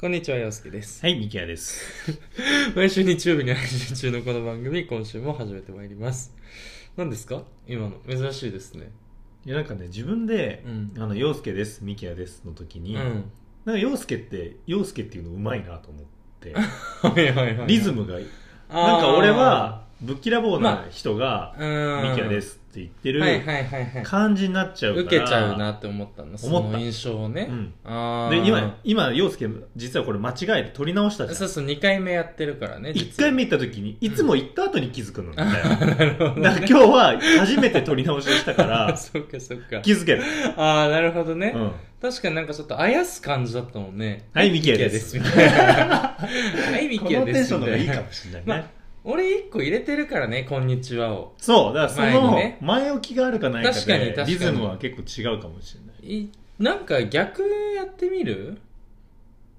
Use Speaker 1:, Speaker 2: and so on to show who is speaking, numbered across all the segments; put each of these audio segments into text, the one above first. Speaker 1: こんにちは、洋介です。
Speaker 2: はい、ミキヤです。
Speaker 1: 毎週日曜日に配信中のこの番組、今週も始めてまいります。何ですか今の。珍しいですね。
Speaker 2: いや、なんかね、自分で、
Speaker 1: うん
Speaker 2: あの、洋介です、ミキヤですの時
Speaker 1: う
Speaker 2: に、
Speaker 1: ん。
Speaker 2: なんか洋介って、洋介っていうのうまいなと思っ て、
Speaker 1: はいはいはい。
Speaker 2: リズムが、
Speaker 1: あー。
Speaker 2: なんか俺は、ぶっきらぼう
Speaker 1: ま
Speaker 2: な人が、
Speaker 1: うん、。
Speaker 2: ミキヤですすって言って
Speaker 1: はい
Speaker 2: る
Speaker 1: はいはいはい。
Speaker 2: 感じになっちゃうから。
Speaker 1: 受けちゃうなって思ったんだ、そ
Speaker 2: 思っ
Speaker 1: の
Speaker 2: た
Speaker 1: 印象をね。
Speaker 2: うん
Speaker 1: あー
Speaker 2: で、今、今、洋介、実はこれ間違えて取り直したじ
Speaker 1: そ
Speaker 2: ゃ。
Speaker 1: うんそう、2回目やってるからね。
Speaker 2: 一回目行った時に、いつも行った後に気づくのだよ。
Speaker 1: 目。 なるほど、
Speaker 2: だから今日は初めて取り直ししたから、
Speaker 1: そっかそっか。
Speaker 2: 気づける。
Speaker 1: ああ、なるほどね、
Speaker 2: うん。
Speaker 1: 確かになんかちょっとあやす感じだったもんね。
Speaker 2: はい、ミキヤ
Speaker 1: ミキヤ
Speaker 2: で
Speaker 1: ですす。み。たいな。はい、ミ
Speaker 2: こ
Speaker 1: キヤ
Speaker 2: の
Speaker 1: です。
Speaker 2: テンションの方がいいか
Speaker 1: みた
Speaker 2: もしれないね。
Speaker 1: まあ俺一個入れてるからね、こんにちはを。
Speaker 2: そう、だからそ
Speaker 1: 前に
Speaker 2: の
Speaker 1: ね
Speaker 2: 前置きがあるかないか
Speaker 1: 確かに確
Speaker 2: で
Speaker 1: か、に
Speaker 2: リズムは結構違うかもしれない。
Speaker 1: いなんか逆やってみる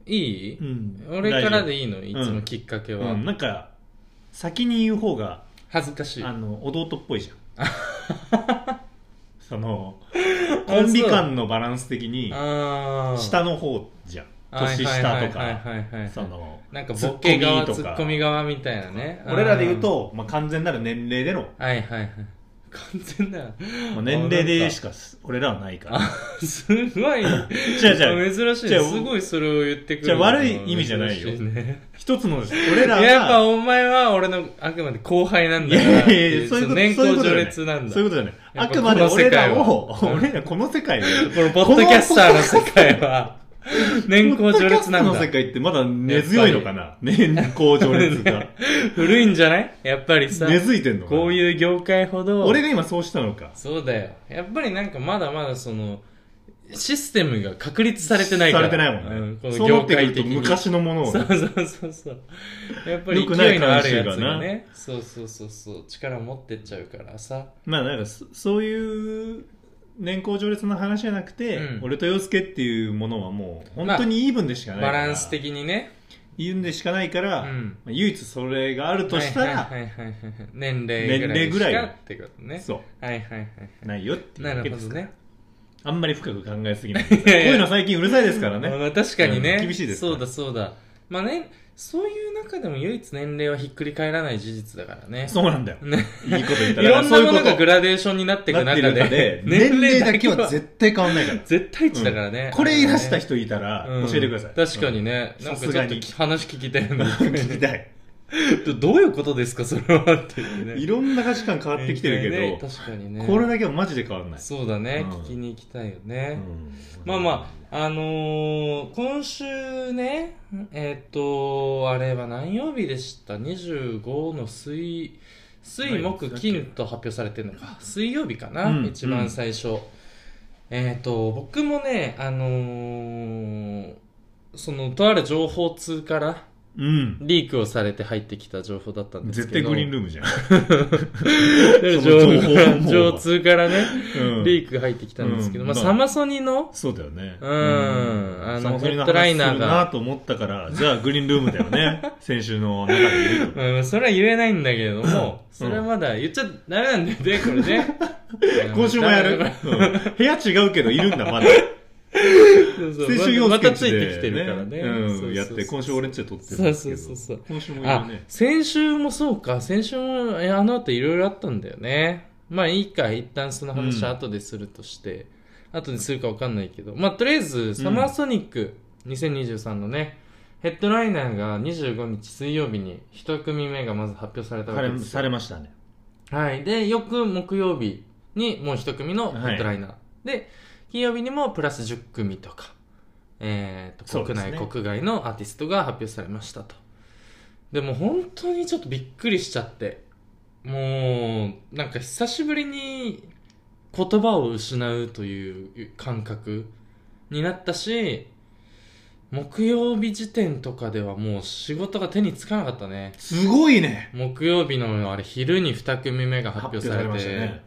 Speaker 1: いい、
Speaker 2: うん
Speaker 1: 俺からで
Speaker 2: い
Speaker 1: いいのいつもきっかけ
Speaker 2: い
Speaker 1: は。
Speaker 2: うん、なんか、先に言う方が、
Speaker 1: 恥ずかしい。
Speaker 2: あ
Speaker 1: あ
Speaker 2: の、弟っぽいじゃ ん。その、コンビ間のバランス的に、
Speaker 1: あー
Speaker 2: 下の方じゃん。
Speaker 1: はい
Speaker 2: 年下と
Speaker 1: はいはいはい
Speaker 2: か、
Speaker 1: はいはい
Speaker 2: その、
Speaker 1: なんかボケ側、
Speaker 2: ツッコミとか
Speaker 1: ツッコミ側みたいなね。
Speaker 2: 俺らで言うと、まあ、完全なる年齢での、
Speaker 1: あー。はいはいはい。完全だよ。
Speaker 2: まあ、年齢でしか俺らはないから。
Speaker 1: すごい。
Speaker 2: 違う違う。
Speaker 1: 珍しい
Speaker 2: じゃ
Speaker 1: ね。
Speaker 2: あ
Speaker 1: すごいそれを言ってくる。
Speaker 2: じゃあ悪い意味じゃないよ
Speaker 1: 珍し ね
Speaker 2: 一つの、俺らが、
Speaker 1: やっぱお前は俺のあくまで後輩なん
Speaker 2: い
Speaker 1: だ
Speaker 2: や
Speaker 1: か
Speaker 2: い
Speaker 1: らっ
Speaker 2: や
Speaker 1: て
Speaker 2: いや
Speaker 1: いう
Speaker 2: そういうこと
Speaker 1: 年
Speaker 2: そういう
Speaker 1: 功序
Speaker 2: ことじゃない
Speaker 1: 列なんだ
Speaker 2: そういうことだね。
Speaker 1: やっ
Speaker 2: あ
Speaker 1: ぱ
Speaker 2: くまで俺らを
Speaker 1: この世界、は
Speaker 2: 俺らこの世界を、
Speaker 1: このポッドキャスターの世界は年功序列なん
Speaker 2: ポッドキャストの世
Speaker 1: だ
Speaker 2: 界ってまだ根強いのかな年功序 列が。
Speaker 1: 古いんじゃないやっぱりさ
Speaker 2: 根付いてんのかな
Speaker 1: こういう業界ほど
Speaker 2: 俺が今そうしたのか。
Speaker 1: そうだよやっぱりなんかまだまだそのシステムが確立されてないか
Speaker 2: さ
Speaker 1: ら
Speaker 2: れてないもんね。
Speaker 1: うん、こ
Speaker 2: そ
Speaker 1: の
Speaker 2: うな
Speaker 1: 業
Speaker 2: ってく
Speaker 1: 界
Speaker 2: ると
Speaker 1: 的に
Speaker 2: 昔のものを
Speaker 1: そ
Speaker 2: ね
Speaker 1: う。そうそうそうやっぱり
Speaker 2: 良くな
Speaker 1: 勢い
Speaker 2: い
Speaker 1: のある
Speaker 2: 慣習
Speaker 1: や
Speaker 2: が
Speaker 1: つ
Speaker 2: な
Speaker 1: がねそうそうそうそう力持ってっちゃうからさ
Speaker 2: まあなんかそ、そういう年功序列の話じゃなくて、
Speaker 1: うん
Speaker 2: 俺と洋介っていうものはもう、本当にイーブンでしかないか
Speaker 1: バ
Speaker 2: ら。
Speaker 1: ランス。的にね
Speaker 2: イーブンでしかないから、
Speaker 1: うん
Speaker 2: まあ唯一それがあるとしたら、
Speaker 1: はいはいはいはいはい年齢ぐらい
Speaker 2: 年齢ぐらい
Speaker 1: し
Speaker 2: よ
Speaker 1: かってことね
Speaker 2: そ
Speaker 1: はいはいはいは
Speaker 2: う、ないよって
Speaker 1: い
Speaker 2: いうわ
Speaker 1: な
Speaker 2: け
Speaker 1: るほ
Speaker 2: です
Speaker 1: ど
Speaker 2: から
Speaker 1: ね
Speaker 2: あんまり深く考えすぎない。こういうの最近うるさいですからね。
Speaker 1: まあ確かにね、
Speaker 2: うん厳しいですか
Speaker 1: そ
Speaker 2: ら
Speaker 1: うだそうだまあねそういう中でも唯一年齢はひっくり返らない事実だからね
Speaker 2: そうなんだよ。
Speaker 1: ね
Speaker 2: いいこと言っ
Speaker 1: い
Speaker 2: たら。
Speaker 1: ろんなも
Speaker 2: そ
Speaker 1: の
Speaker 2: うい
Speaker 1: が
Speaker 2: うこと
Speaker 1: グラデーションになっていく
Speaker 2: なって
Speaker 1: 中
Speaker 2: る中
Speaker 1: で
Speaker 2: で、年齢だけは絶対変わんないから。
Speaker 1: 絶対値だからね、
Speaker 2: これ言い出した
Speaker 1: 人
Speaker 2: 人いたら、教えてください。
Speaker 1: 確かにね、
Speaker 2: うん
Speaker 1: なんかちょっ
Speaker 2: さす
Speaker 1: と
Speaker 2: がに
Speaker 1: 話聞きたい
Speaker 2: うん。
Speaker 1: の
Speaker 2: 聞 きたい。
Speaker 1: どどういうことですか それはっていうね
Speaker 2: いろんな価値観変わってきてる
Speaker 1: 年
Speaker 2: け
Speaker 1: 齢ね確かにね
Speaker 2: ど、これだけはマジで変わんない。
Speaker 1: そうだね、
Speaker 2: うん
Speaker 1: 聞きに行きたいよね、
Speaker 2: うん
Speaker 1: まあまあ、あのー今週ね、えっ、と、あれは何曜日でした ?25 の水、水、
Speaker 2: 何日
Speaker 1: 木、
Speaker 2: だっけ
Speaker 1: 金と発表されてるのか。水曜日かな、
Speaker 2: うん
Speaker 1: 一番最初。えっと、僕もね、あのーその、とある情報通から、
Speaker 2: うん。
Speaker 1: リークをされて入ってきた情報だったんです
Speaker 2: 絶
Speaker 1: け
Speaker 2: 対
Speaker 1: ど。
Speaker 2: グリーンルーム じゃん。
Speaker 1: ー
Speaker 2: その情報はもう
Speaker 1: 情報通からね、
Speaker 2: うん
Speaker 1: リーク入ってきたんですけど、
Speaker 2: うん
Speaker 1: まあ、
Speaker 2: まあ
Speaker 1: サマソニの、
Speaker 2: そうだよね。
Speaker 1: うんあの
Speaker 2: サマソニの
Speaker 1: ヘッドライ
Speaker 2: 話す
Speaker 1: ナー
Speaker 2: る
Speaker 1: が
Speaker 2: なと思ったから、じゃあグリーンルームだよ ね。先週の中で言うと。
Speaker 1: まあ、それは言えないんだけれども、それはまだ言っちゃダメなんだよ ね、これね。
Speaker 2: 今週も やる。うん部屋違うけどいるんだ、まだ。
Speaker 1: そうそう
Speaker 2: 先週洋
Speaker 1: ま
Speaker 2: 介
Speaker 1: た
Speaker 2: ん
Speaker 1: つ
Speaker 2: ち
Speaker 1: い
Speaker 2: で
Speaker 1: てきてるからね。そうそう
Speaker 2: う、
Speaker 1: そうん
Speaker 2: やって、今週俺んちで撮ってるんですけど。
Speaker 1: そうそうそうそう
Speaker 2: 今週もい
Speaker 1: あ
Speaker 2: るね、。
Speaker 1: 先週もそうか、先週も、えあの後いろいろあったんだよね。まあいいか、一旦その話は後でするとして、後でするかわかんないけど、まあとりあえず、サマーソニック2023のね、ヘッドライナーが25日水曜日に一組目がまず発表されたわ
Speaker 2: さ
Speaker 1: け
Speaker 2: れ
Speaker 1: ですよ
Speaker 2: されましたね。
Speaker 1: はい。で、翌木曜日にもう一組のヘッドライナー。で、金曜日にもプラス10組とか、えー、
Speaker 2: そ
Speaker 1: と
Speaker 2: うで
Speaker 1: 国内、
Speaker 2: すね
Speaker 1: 国外のアーティストが発表されましたと。でもう本当にちょっとびっくりしちゃって、もう、なんか久しぶりに言葉を失うという感覚になったし、木曜日時点とかではもう仕事が手につかなかったね。
Speaker 2: すごいね
Speaker 1: 木曜日のあれ昼に2組目が発表されて
Speaker 2: ましたね。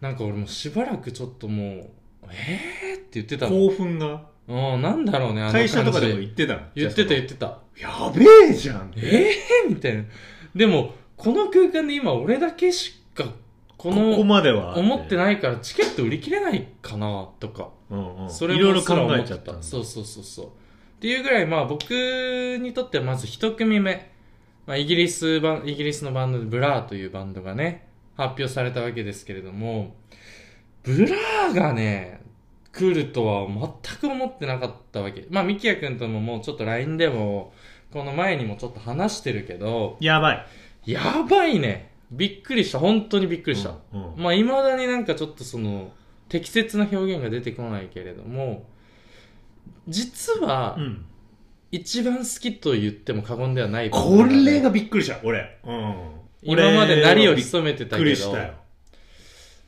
Speaker 1: なんか俺もしばらくちょっともうえーって言ってたの
Speaker 2: 興奮が。
Speaker 1: うんなんだろうねあの感
Speaker 2: 会
Speaker 1: じ
Speaker 2: 社とかでも言ってたの
Speaker 1: 言ってた言っ
Speaker 2: や
Speaker 1: てた
Speaker 2: べえじゃん
Speaker 1: えーみたいなでもこの空間で今俺だけしかこ
Speaker 2: こ
Speaker 1: の
Speaker 2: こまでは。
Speaker 1: 思って
Speaker 2: い。
Speaker 1: ないからチケット売り切れないかなとか
Speaker 2: うんうん。
Speaker 1: それ
Speaker 2: いろいろ
Speaker 1: すら
Speaker 2: 考
Speaker 1: 思
Speaker 2: え
Speaker 1: っ
Speaker 2: ち
Speaker 1: て
Speaker 2: ゃった。
Speaker 1: そうそうそうそうっていうぐらい、まあ僕にとってはまず一組目、まあイギリス版、イギリスのバンドでブラーというバンドがね、発表されたわけですけれども、ブラーがね、来るとは全く思ってなかったわけ。まあミキヤ君とももうちょっと LINE でも、この前にもちょっと話してるけど、
Speaker 2: やばい。
Speaker 1: やばいね。びっくりした。本当にびっくりした。
Speaker 2: うん。うん
Speaker 1: まあ、いまだになんかちょっとその、適切な表現が出てこないけれども、実は
Speaker 2: う、ん
Speaker 1: 一番好きと言っても過言ではない。
Speaker 2: これが、びっくりした、俺。うん。
Speaker 1: 今まで何を
Speaker 2: びっ
Speaker 1: 潜めてた
Speaker 2: く
Speaker 1: け
Speaker 2: りした
Speaker 1: ど
Speaker 2: よ、。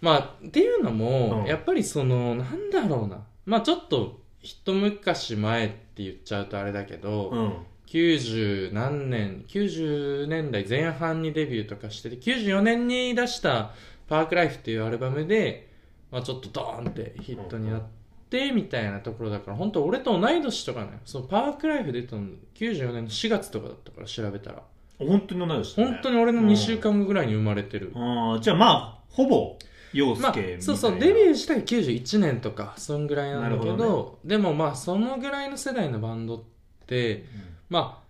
Speaker 1: まあ、っていうのも、
Speaker 2: うん
Speaker 1: やっぱりその、なんだろうな。まあ、ちょっと、一昔前って言っちゃうとあれだけど、
Speaker 2: うん。
Speaker 1: 90何年90年代前半にデビューとかしてて94年に出した「パークライフ」っていうアルバムで、まあ、ちょっとドーンってヒットになってみたいなところだから本当俺と同い年とかねそのパークライフ出たの94年の4月とかだったから調べたら
Speaker 2: 本当に同い年だね
Speaker 1: 本当に俺の2週間後ぐらいに生まれてる、
Speaker 2: あーじゃあまあ、ほぼ、洋
Speaker 1: まあ
Speaker 2: 介みたいな。
Speaker 1: そうそうデビュー自体91年とかそんぐらいなんだけど
Speaker 2: なるほ
Speaker 1: でもまあそのぐらいの世代のバンドってま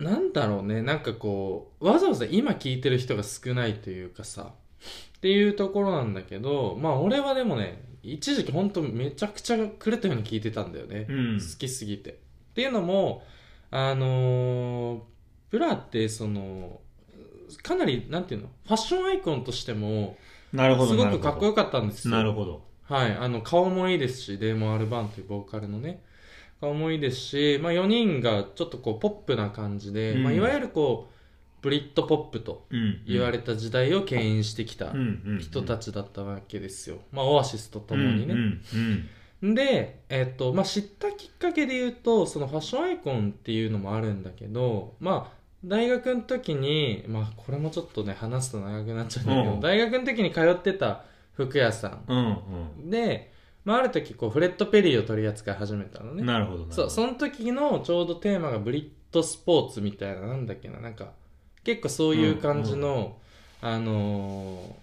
Speaker 1: あなんだろうねなんかこうわざわざ今聴いてる人が少ないというかさっていうところなんだけどまあ俺はでもね一時期ほんとめちゃくちゃ狂ったように聴いてたんだよね、
Speaker 2: うん。
Speaker 1: 好きすぎてっていうのもあのーブラってそのかなりなんていうのファッションアイコンとしても
Speaker 2: なる
Speaker 1: す
Speaker 2: ほど。
Speaker 1: ごくかっこよ
Speaker 2: く
Speaker 1: かったんですよ
Speaker 2: なるほど。
Speaker 1: はい、あの顔もいいですし、デーモン・アルバンというボーカルのね、顔もいいですし、まあ、4人がちょっとこうポップな感じで、
Speaker 2: うん
Speaker 1: まあ、いわゆるこうブリッドポップと
Speaker 2: うん。
Speaker 1: 言われた時代を牽引してきた
Speaker 2: うん
Speaker 1: 人た
Speaker 2: ち
Speaker 1: ちだったわけですよ、まあ、オアシスとともにね。
Speaker 2: うんうん
Speaker 1: で、えっとまあ、知ったきっかけで言うとそのファッションアイコンっていうのもあるんだけど、まあ、大学の時に、まあ、これもちょっとね話すと長くなっちゃうんだけど、
Speaker 2: うん
Speaker 1: 大学の時に通ってた服屋さん
Speaker 2: うん。うん
Speaker 1: で、まあ、ある時こうフレッド・ペリーを取り扱い始めたの
Speaker 2: うん。
Speaker 1: ね
Speaker 2: なるほど。
Speaker 1: そうそ
Speaker 2: の、
Speaker 1: の時のちょうどテーマがブリッドスポーツみたいななんだっけななんか結構そういう感じの、あのー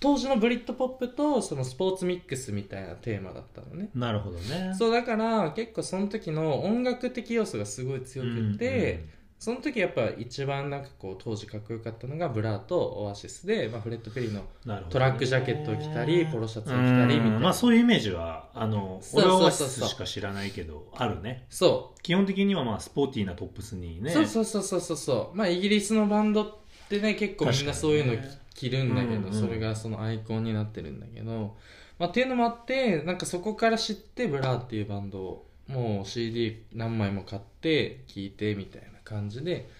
Speaker 1: 当時のブリッドポップとそのスポーツミックスみたいなテーマだったのね
Speaker 2: なるほどね。
Speaker 1: そうだから結構その時の音楽的要素がすごい強くて、その時やっぱ一番なんかこう当時かっこよかったのがブラーとオアシスで、まあ、フレッド・ペリーの
Speaker 2: うんうん、
Speaker 1: トラックジャケットを着たりポロシャツを着たりみたいな
Speaker 2: うんまあそういうイメージは、あの、
Speaker 1: そう
Speaker 2: 俺は
Speaker 1: そうそうそう
Speaker 2: オアシスしか知らないけど、あるね。
Speaker 1: そう
Speaker 2: 基本的にはまあスポーティーなトップスにね。
Speaker 1: そうそうそうそうそうそうまあイギリスのバンドってね結構みんな
Speaker 2: 確か
Speaker 1: そう
Speaker 2: に
Speaker 1: い
Speaker 2: ね
Speaker 1: うの着着るんだけど、
Speaker 2: うんうん
Speaker 1: それがそのアイコンになってるんだけど、まあ、っていうのもあってなんかそこから知ってブラーっていうバンドをもう CD 何枚も買って聴いてみたいな感じで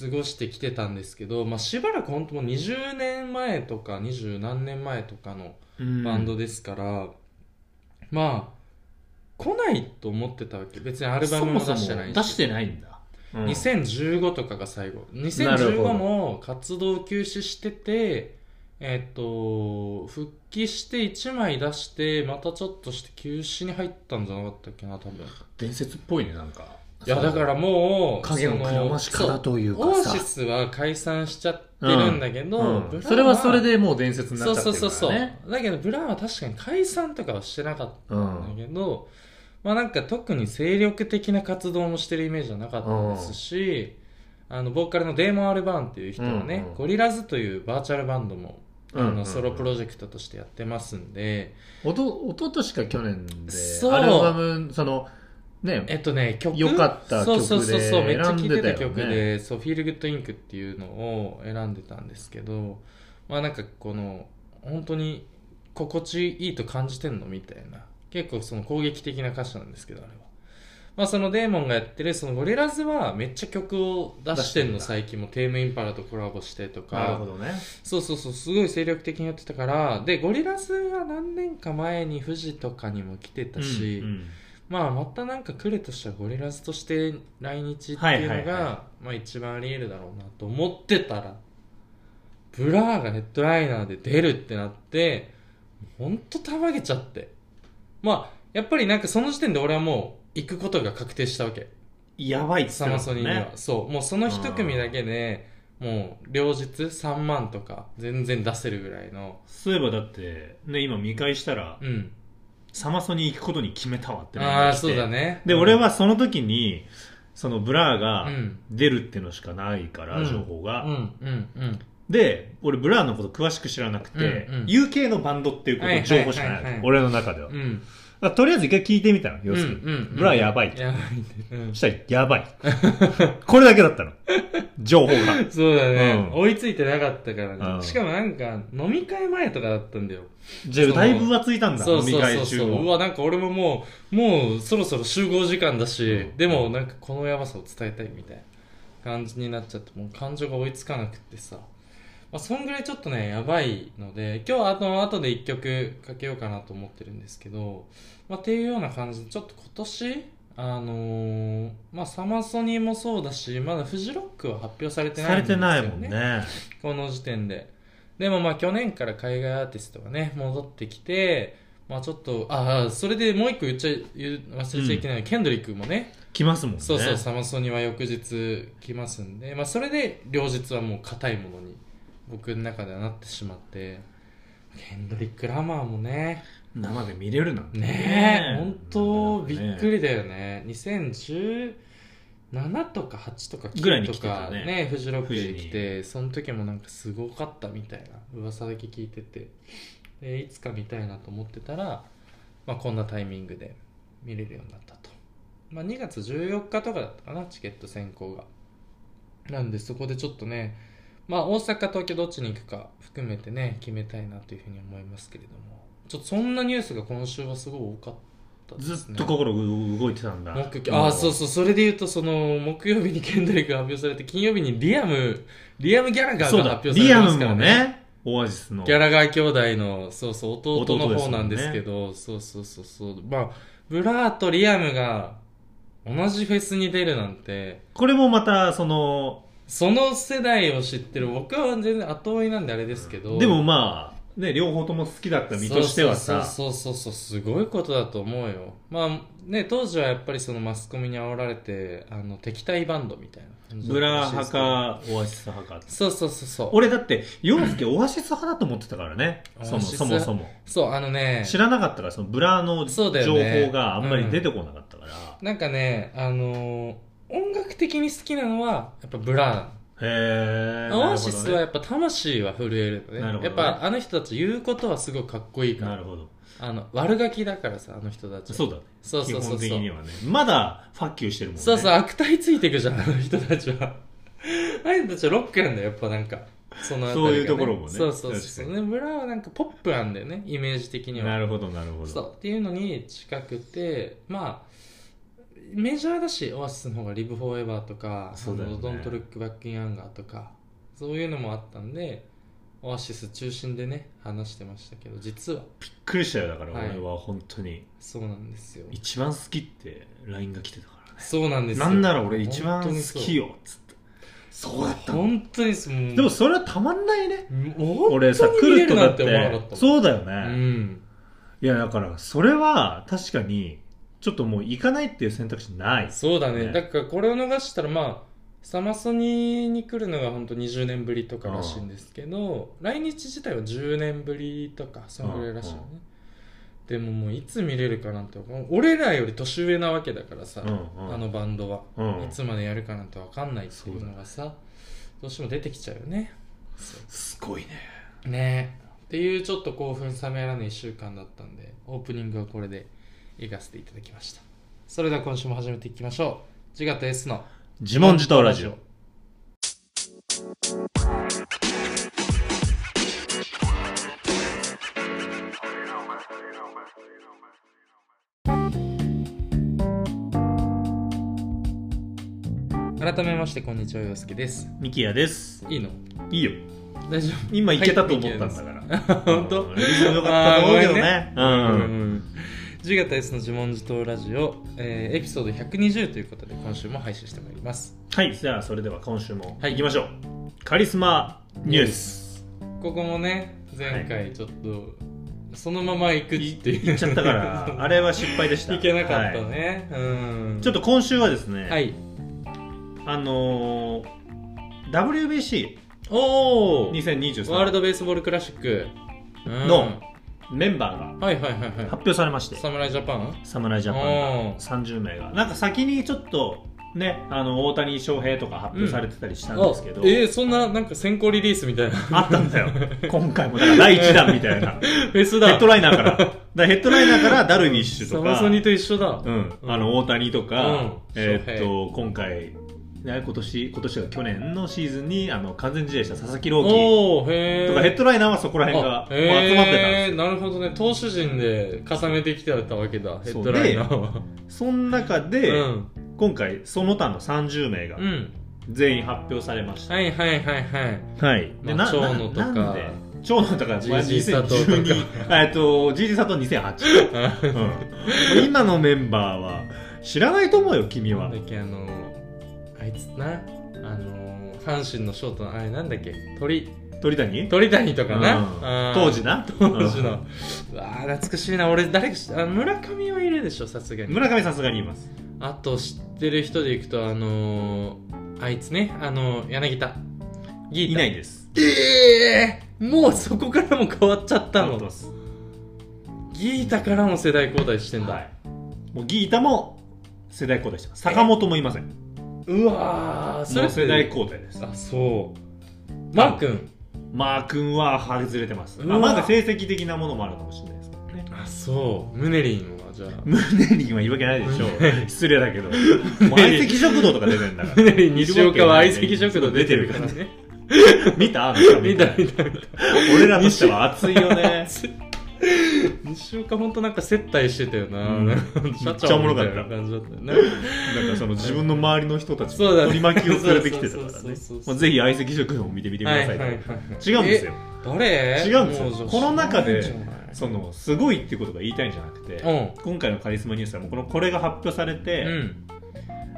Speaker 1: 過ごしてきてたんですけど、まあ、しばらく本当もう20年前とか20何年前とかの
Speaker 2: うん
Speaker 1: バンドですから、まあ来ないと思ってたわけ別にアルバムも出してないし
Speaker 2: そもそも出してないんだ。うん
Speaker 1: 2015とかが最後
Speaker 2: なるほ
Speaker 1: 2015
Speaker 2: ど
Speaker 1: も活動休止しててえっ、と復帰して1枚出してまたちょっとして休止に入ったんじゃなかったっけな多分
Speaker 2: 伝説っぽいね、なんか。
Speaker 1: いやだからもう
Speaker 3: 影の
Speaker 1: そ
Speaker 3: くらまし方という
Speaker 1: そうオ
Speaker 3: か
Speaker 1: ア
Speaker 3: さ
Speaker 1: シスは解散しちゃってるんだけど、
Speaker 2: うんう
Speaker 1: ブラ
Speaker 2: ん
Speaker 1: は
Speaker 3: それはそれでもう伝説にな
Speaker 1: そ
Speaker 3: っ
Speaker 1: う
Speaker 3: ちゃって
Speaker 1: そ
Speaker 3: る
Speaker 1: う
Speaker 3: からね
Speaker 1: そうそうだけどブランは確かに解散とかはしてなかったんだけど、まあなんか特に精力的な活動もしてるイメージはなかったですし、あのボーカルのデーモン・アルバーンっていう人はね、
Speaker 2: うんうん
Speaker 1: ゴリラズというバーチャルバンドも、
Speaker 2: うん
Speaker 1: あのソロプ
Speaker 2: うん
Speaker 1: ロジェクトとしてやってますんで、
Speaker 3: おとおととしか去年で
Speaker 1: そう
Speaker 3: アルバムそのね
Speaker 1: えっとね曲
Speaker 3: 良かった曲で
Speaker 1: そうそうそうそうめっちゃ聴いてた
Speaker 3: 選ん
Speaker 1: 曲
Speaker 3: でた
Speaker 1: で「そうフィールグッドインクっていうのを選んでたんですけどまあなんかこの本当に心地いいと感じてんのみたいな結構その攻撃的な歌詞なんですけどあれはまあそのデーモンがやってるそのゴリラズはめっちゃ曲を出してんの
Speaker 2: 出してんだ
Speaker 1: 最近もテームインパラとコラボしてと
Speaker 2: なる
Speaker 1: か
Speaker 2: ほどね。
Speaker 1: そうそうそうすごい精力的にやってたからでゴリラズは何年か前に富士とかにも来てたし、
Speaker 2: うんうん
Speaker 1: まあ、またなんか来るとしたらゴリラズとして来日っていうのが、
Speaker 2: はいはいは
Speaker 1: まあ、一番あり得るだろうなと思ってたらブラーがヘッドライナーで出るってなってほんとたまげちゃってまあやっぱりなんかその時点で俺はもう行くことが確定したわけ
Speaker 2: やばいっつ
Speaker 1: サ
Speaker 2: って
Speaker 1: マ
Speaker 2: ま
Speaker 1: ソ
Speaker 2: す
Speaker 1: ニーには、
Speaker 2: ね。
Speaker 1: そうもうその一組だけでもう両日3万とか全然出せるぐらいの
Speaker 2: そういえばだって、ね、今見返したら
Speaker 1: う、ん
Speaker 2: サマソに行くことに決めたわって
Speaker 1: ああー
Speaker 2: して
Speaker 1: そうだね
Speaker 2: で、俺はその時にそのブラー
Speaker 1: う
Speaker 2: が
Speaker 1: ん
Speaker 2: 出るってのしかないから、
Speaker 1: うん
Speaker 2: 情報が、
Speaker 1: うんうんうん
Speaker 2: で俺ブラーのこと詳しく知らなくて、
Speaker 1: うんうん
Speaker 2: UK のバンドっていうこ
Speaker 1: はい
Speaker 2: と
Speaker 1: はい
Speaker 2: 情
Speaker 1: はいは
Speaker 2: 報
Speaker 1: い
Speaker 2: しかない,、俺の中では、
Speaker 1: う
Speaker 2: だか
Speaker 1: ん
Speaker 2: らとりあえず一回聞いてみたの要するに、
Speaker 1: うんうんうん
Speaker 2: ブラーやばいって
Speaker 1: やばいねうん
Speaker 2: したらやばい これだけだったの情報が
Speaker 1: そうだね、
Speaker 2: うん
Speaker 1: 追いついてなかったからね、
Speaker 2: うん
Speaker 1: しかもなんか飲み会前とかだったんだよ
Speaker 2: じゃあ
Speaker 1: その
Speaker 2: だいぶ浮ついたんだ
Speaker 1: そう
Speaker 2: 飲み
Speaker 1: そうそ
Speaker 2: 会
Speaker 1: うそ
Speaker 2: 中
Speaker 1: うう
Speaker 2: も
Speaker 1: わなんか俺ももうもうそろそろ集合時間だし、
Speaker 2: うん
Speaker 1: でもなんかこのやばさを伝えたいみたいな感じになっちゃってもう感情が追いつかなくってさ、まあ、そんぐらいちょっとねやばいので今日はあの後で1曲かけようかなと思ってるんですけど、まあ、っていうような感じでちょっと今年あのーまあサマソニーもそうだしまだフジロックは発表されてな
Speaker 2: さ
Speaker 1: い
Speaker 2: れ
Speaker 1: んです
Speaker 2: て
Speaker 1: よ
Speaker 2: ないもんね
Speaker 1: この時点で。でもまあ去年から海外アーティストがね、戻ってきて、まあちょっと、ああ、それでもう一個言っちゃい、言う忘れちゃいけない、ケンドリックもね、
Speaker 2: 来ますもんね
Speaker 1: そうそう、サマソニは翌日来ますんで、まあそれで両日はもう硬いものに、僕の中ではなってしまって、ケンドリック・ラマーもね、
Speaker 2: 生で見れるなんて
Speaker 1: ねえ、本当、
Speaker 2: ね
Speaker 1: びっくりだよね。2017とか8とか
Speaker 2: ぐらい
Speaker 1: 9
Speaker 2: に
Speaker 1: と
Speaker 2: 来てた
Speaker 1: か
Speaker 2: ね
Speaker 1: ね、フジロック
Speaker 2: 富士
Speaker 1: に
Speaker 2: に
Speaker 1: 来て、その時もなんかすごかったみたいな噂だけ聞いてて、でいつか見たいなと思ってたら、まあこんなタイミングで見れるようになったと。まあ2月14日とかだったかな、チケット先行が。なんでそこでちょっとね、まあ大阪、東京どっちに行くか含めてね、決めたいなというふうに思いますけれども、ちょっとそんなニュースが今週はすごい多かったですね。
Speaker 2: ずっと心動いてたんだ
Speaker 1: 木ああそうそうそれで言うとその木曜日にケンドリックが発表されて金曜日にリアムリアム・ギャラガー
Speaker 2: そう
Speaker 1: が
Speaker 2: だ
Speaker 1: 発表さ
Speaker 2: リ
Speaker 1: れて
Speaker 2: ア
Speaker 1: ま
Speaker 2: ム
Speaker 1: すから
Speaker 2: も
Speaker 1: ね
Speaker 2: ねオアシスの
Speaker 1: ギャラガー兄弟のそうそう弟の方なんですけどそうそうそうそうまあブラーとリアムが同じフェスに出るなんて
Speaker 2: これもまたその
Speaker 1: その世代を知ってる僕は全然後追いなんであれですけど
Speaker 2: でもまあね両方とも好きだった身としてはさ
Speaker 1: そうそうそうそうすごいことだと思うよまあね当時はやっぱりそのマスコミに煽られてあの敵対バンドみたいな感じだ
Speaker 2: ブ
Speaker 1: ったら
Speaker 2: ラ
Speaker 1: しいです
Speaker 2: 派
Speaker 1: けど
Speaker 2: かオアシス派か
Speaker 1: そうそうそうそう
Speaker 2: 俺だって洋介オアシス派だと思ってたからね
Speaker 1: うん
Speaker 2: そも
Speaker 1: オアシス
Speaker 2: そもそも
Speaker 1: そうあのね
Speaker 2: 知らなかったからそのブラの
Speaker 1: そ
Speaker 2: 情
Speaker 1: うだよね
Speaker 2: 報があんまり出てこなかったから
Speaker 1: なんかねあのー音楽的に好きなのはやっぱブラ
Speaker 2: へ
Speaker 1: ー
Speaker 2: え
Speaker 1: オアシスはやっぱ魂は震えるのね
Speaker 2: なるほど
Speaker 1: やっ
Speaker 2: ね
Speaker 1: ぱあの人たち言うことはすごいかっこいいか
Speaker 2: な
Speaker 1: ら
Speaker 2: るほど
Speaker 1: あの悪ガキだからさあの人たち
Speaker 2: そうだね
Speaker 1: そう
Speaker 2: 基
Speaker 1: そうそ
Speaker 2: 本
Speaker 1: うそう
Speaker 2: 的にはねまだファッキューしてるもんね
Speaker 1: そうそう悪態ついてくじゃんあの人たちは あの人たちはロックなんだよやっぱなんかそのあたりが
Speaker 2: そういうところもね
Speaker 1: そうそうそう
Speaker 2: 確
Speaker 1: ねブラーはなんかポップなんだよねイメージ的には
Speaker 2: なるほどなるほ
Speaker 1: そ
Speaker 2: ど
Speaker 1: うっていうのに近くてまあメジャーだしオアシスの方が「リブ・フォーエバー」とか「
Speaker 2: そうだよね
Speaker 1: ドント・ルック・バック・イン・アンガー」とかそういうのもあったんでオアシス中心でね話してましたけど実は
Speaker 2: びっくりしたよだから
Speaker 1: はい
Speaker 2: 俺は本当に
Speaker 1: そうなんですよ
Speaker 2: 一番好きって LINE が来てたからね
Speaker 1: そうなんですよ
Speaker 2: なんなら俺一番
Speaker 1: 本当にそう
Speaker 2: 好きよっつってそうだったの
Speaker 1: 本当にそう
Speaker 2: でもそれはたまんないね
Speaker 1: もう
Speaker 2: 俺さ
Speaker 1: 本当に見
Speaker 2: 来
Speaker 1: れ
Speaker 2: ると
Speaker 1: るな
Speaker 2: だ
Speaker 1: っ
Speaker 2: ってて
Speaker 1: 思わなかったもん
Speaker 2: そうだよ
Speaker 1: う
Speaker 2: ね、
Speaker 1: ん
Speaker 2: いやだからそれは確かにちょっともう行かないっていう選択肢ない
Speaker 1: そうだね
Speaker 2: ね
Speaker 1: だからこれを逃したらまあサマソニーに来るのが本当20年ぶりとからしいんですけど、来日自体は10年ぶりとかそのぐらいらしいよね、でももういつ見れるかなんて俺らより年上なわけだからさ、
Speaker 2: うんうん
Speaker 1: あのバンドは、
Speaker 2: うん
Speaker 1: いつまでやるかなんて分かんないっていうのがさどうしても出てきちゃうよね
Speaker 2: すごいね
Speaker 1: ねえっていうちょっと興奮冷めやらぬ1週間だったんでオープニングはこれでいかせていただきましたそれでは今週も始めていきましょう自我と S の
Speaker 2: 自問自答ラジオ
Speaker 1: 改めましてこんにちは洋介です
Speaker 2: ミキヤです
Speaker 1: いいの
Speaker 2: いいよ
Speaker 1: 大丈
Speaker 2: 今行けたと思ったんだから、
Speaker 1: 夫本当
Speaker 2: うんリズム良かったと思うけどねう、
Speaker 1: うんん自我と S の自問自答ラジオ、えーエピソード120ということで今週も配信してまいります
Speaker 2: はいじゃあそれでは今週も
Speaker 1: はい
Speaker 2: 行きましょう、カリスマニュース
Speaker 1: ここもね前回ちょっとそのまま行くっていう
Speaker 2: 行っちゃったか らあれは失敗でした
Speaker 1: いけなかった
Speaker 2: はい
Speaker 1: ね、うん
Speaker 2: ちょっと今週はですね、
Speaker 1: はい
Speaker 2: あのー WBC
Speaker 1: おお
Speaker 2: 2023
Speaker 1: ワールドベースボールクラシックうん
Speaker 2: のメンバーが
Speaker 1: はいはいはいはい
Speaker 2: 発表されまして
Speaker 1: 侍ジャパン
Speaker 2: 侍ジャパン
Speaker 1: お
Speaker 2: が30名がなんか先にちょっとねあの大谷翔平とか発表されてたりしたんですけど、
Speaker 1: あえー、そんななんか先行リリースみたいな
Speaker 2: あったんだよ今回もだから第1弾みたいなヘ
Speaker 1: フェ スだ
Speaker 2: ッドライナーからだからヘッドライナーからダルビッシュ
Speaker 1: サ
Speaker 2: と
Speaker 1: マ
Speaker 2: か
Speaker 1: ソニと一緒だ、
Speaker 2: うん、
Speaker 1: うん
Speaker 2: あの大谷とか、
Speaker 1: うん
Speaker 2: えーっ
Speaker 1: 翔
Speaker 2: と今回ね今年今年が去年のシーズンにあの完全試合した佐々木朗希
Speaker 1: おおへえ
Speaker 2: とかヘッドライナーはそこら辺がもう集まってたんですよ
Speaker 1: なるほどね投手陣で重ねてきてたわけだヘッドライナーは
Speaker 2: その中
Speaker 1: う
Speaker 2: で、
Speaker 1: ん
Speaker 2: 今回その他の30名が
Speaker 1: うん
Speaker 2: 全員発表されました、
Speaker 1: はいはいはいはい
Speaker 2: はい
Speaker 1: ま
Speaker 2: で
Speaker 1: あ
Speaker 2: な
Speaker 1: 長野とか
Speaker 2: なんで長野とか
Speaker 1: ジージー佐藤と
Speaker 2: 2012あえっ とジージー佐藤2008、うんもう今のメンバーは知らないと思うよ君
Speaker 1: な
Speaker 2: は
Speaker 1: んだっけあのあいつなあの阪神のショートのあれなんだっけ鳥
Speaker 2: 鳥谷
Speaker 1: 鳥谷とかな、
Speaker 2: うん
Speaker 1: あー
Speaker 2: 当時な
Speaker 1: 当時の、うわー懐かしいな俺誰か知ってあ村上はいるでしょさすが
Speaker 2: うん
Speaker 1: に
Speaker 2: 村上さすがにいます
Speaker 1: あと知ってる人でいくとあのー、あいつねあのー、柳田ギータ
Speaker 2: いないです
Speaker 1: ええもうそこからも変わっちゃった
Speaker 2: 思
Speaker 1: の
Speaker 2: ってます
Speaker 1: ギータからも世代交代してんだ、
Speaker 2: はいもうギータも世代交代してます坂本もいませんも
Speaker 1: うわー
Speaker 2: う世代交代です
Speaker 1: あそうマー君
Speaker 2: マー君は外れてます
Speaker 1: うわ
Speaker 2: まあまだ成績的なものもあるかもしれないですけどね
Speaker 1: あそうムネリンはじゃあ
Speaker 2: ムネリンは言い訳ないでし ょう失礼だけどもう
Speaker 1: ネリン
Speaker 2: 相席食堂とか出てんだか
Speaker 1: ムネリン西岡は相席食堂出てるからね
Speaker 2: ら 見たあの人
Speaker 1: 見た見た
Speaker 2: 俺らとしては熱いよ ね
Speaker 1: 西岡ほんとなんか接待してたよな、
Speaker 2: うん
Speaker 1: 社
Speaker 2: めっちゃ
Speaker 1: 長
Speaker 2: おもろ
Speaker 1: みた
Speaker 2: かった
Speaker 1: いな感じだったよね
Speaker 2: なんかその自分の周りの人たち
Speaker 1: そうだね
Speaker 2: 取り巻きを連れてきてたから
Speaker 1: そうそうそう
Speaker 2: ね
Speaker 1: そう
Speaker 2: まあぜひ相席食堂も見てみてくださいと違うんですよ
Speaker 1: 誰
Speaker 2: 違うんですよ
Speaker 1: もじゃあ
Speaker 2: この中
Speaker 1: 知らないん
Speaker 2: で
Speaker 1: じゃない
Speaker 2: そのすごいってことが言いたいんじゃなくて、
Speaker 1: うん
Speaker 2: 今回のカリスマニュースはもうこのこれが発表されて、
Speaker 1: うん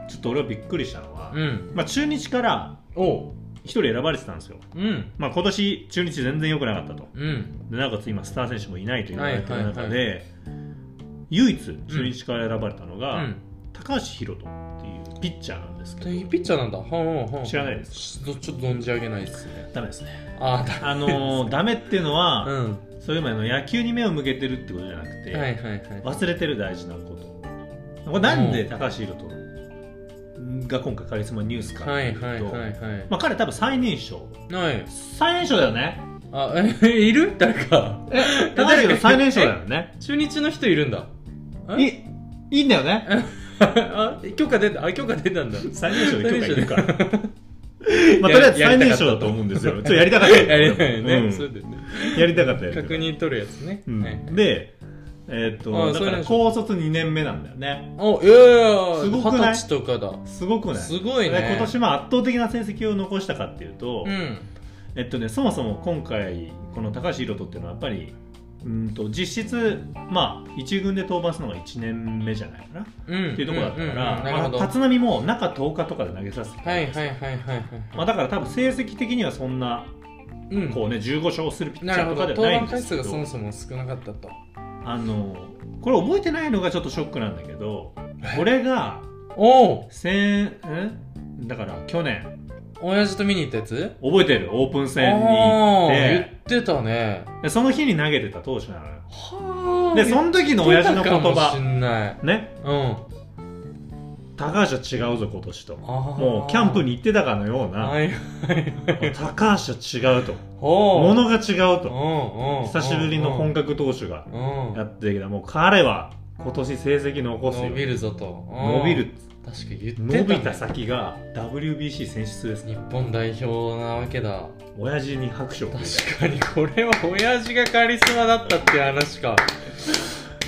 Speaker 2: ちょっと俺はびっくりしたのは、
Speaker 1: うん
Speaker 2: まあ、中日から
Speaker 1: おう
Speaker 2: 1人選ばれてたんですよ、
Speaker 1: うん
Speaker 2: まあ、今年中日全然良くなかったと
Speaker 1: うん
Speaker 2: でなおかつ今スター選手もいないと言われてる中で、
Speaker 1: はいは
Speaker 2: 唯一中日から選ばれたの
Speaker 1: う
Speaker 2: が、
Speaker 1: ん
Speaker 2: 高橋宏斗っていうピッチャーなんですけ
Speaker 1: と
Speaker 2: ど、
Speaker 1: いうピッチャーなんだ。はんはんはん
Speaker 2: 知らないです
Speaker 1: ちょちょっと存じ上げないですね。
Speaker 2: ダメですね
Speaker 1: あー
Speaker 2: あ のーダメっていうのは、
Speaker 1: だ。うん。
Speaker 2: そういうのは野球に目を向けてるってことじゃなくて、
Speaker 1: はいはいはい。
Speaker 2: 忘れてる大事なことこれなんで高橋宏斗が今回カリスマニュースかって
Speaker 1: はいいう
Speaker 2: と、
Speaker 1: はいはい
Speaker 2: まあ、彼多分最年少
Speaker 1: はい。はい。
Speaker 2: 最年少だよね
Speaker 1: あ、 え、いる誰か。
Speaker 2: え高橋宏斗最年少だよね
Speaker 1: 中日の人いるんだ。 え
Speaker 2: いいいんだよね
Speaker 1: あ、許可出た。あ、許可出たん だ。
Speaker 2: 最年少で許可いるから、まあ、
Speaker 1: ま
Speaker 2: とりあえず最年少だと思うんですよちょっとやりたかった よ
Speaker 1: やりたいよ
Speaker 2: う
Speaker 1: ね。
Speaker 2: ん
Speaker 1: そうだよね。
Speaker 2: やりたかったよ
Speaker 1: 確認取るやつね。
Speaker 2: うん
Speaker 1: はい
Speaker 2: でえーっ
Speaker 1: あ
Speaker 2: とだ
Speaker 1: そう
Speaker 2: か
Speaker 1: なん
Speaker 2: ら
Speaker 1: です
Speaker 2: 高卒2年目なんだよね
Speaker 1: お、いやいやいや、
Speaker 2: すごくない
Speaker 1: 二十歳とかだ。
Speaker 2: すごくない
Speaker 1: すごいね
Speaker 2: で今年も圧倒的な成績を残したかっていうと、
Speaker 1: うん。
Speaker 2: えっとね、そもそも今回この高橋宏斗っていうのはやっぱりうんと実質、まあ、1軍で登板するのが1年目じゃないかな、
Speaker 1: うん。
Speaker 2: っていうところだったから、
Speaker 1: うんうんうんなるほど。
Speaker 2: まあ、立浪も中10日とかで投げさせてたん
Speaker 1: はい
Speaker 2: です
Speaker 1: はいはいはいはい。
Speaker 2: まあ、だから多分成績的にはそんな、
Speaker 1: うん。
Speaker 2: こうね、15勝するピッチ
Speaker 1: な
Speaker 2: ャ
Speaker 1: るほ
Speaker 2: ーとか
Speaker 1: ど。
Speaker 2: では
Speaker 1: 登
Speaker 2: な
Speaker 1: 板
Speaker 2: いん
Speaker 1: 回
Speaker 2: ですけ
Speaker 1: 数
Speaker 2: ど
Speaker 1: がそもそも少なかったと。
Speaker 2: あのこれ覚えてないのがちょっとショックなんだけど俺が
Speaker 1: おお
Speaker 2: 先んだから去年
Speaker 1: 親父と見に行ったやつ
Speaker 2: 覚えてるオープン戦に
Speaker 1: あ
Speaker 2: 行っ
Speaker 1: あー
Speaker 2: て
Speaker 1: 言ってたね
Speaker 2: でその日に投げてた投手なのよ
Speaker 1: はあ
Speaker 2: でその時の親父の言
Speaker 1: かもし
Speaker 2: 葉
Speaker 1: んない
Speaker 2: ね
Speaker 1: うん
Speaker 2: 高橋は違うぞ今年とも
Speaker 1: も
Speaker 2: うキャンプに行ってたかのような
Speaker 1: はいはいはい
Speaker 2: 高橋は違うと
Speaker 1: ほ
Speaker 2: も
Speaker 1: の
Speaker 2: のが違うと
Speaker 1: と
Speaker 2: 久しぶりの本
Speaker 1: 格
Speaker 2: 格投手がや
Speaker 1: や
Speaker 2: ってたけどもう彼は今年成績残すよ
Speaker 1: 伸びるぞと
Speaker 2: 伸びる
Speaker 1: 確かに言って
Speaker 2: 伸びた
Speaker 1: ね
Speaker 2: 先が WBC 選出です
Speaker 1: 日本代表なわけだ
Speaker 2: 親父に拍手を送る
Speaker 1: 確かにこれは親父がカリスマだったっていう話か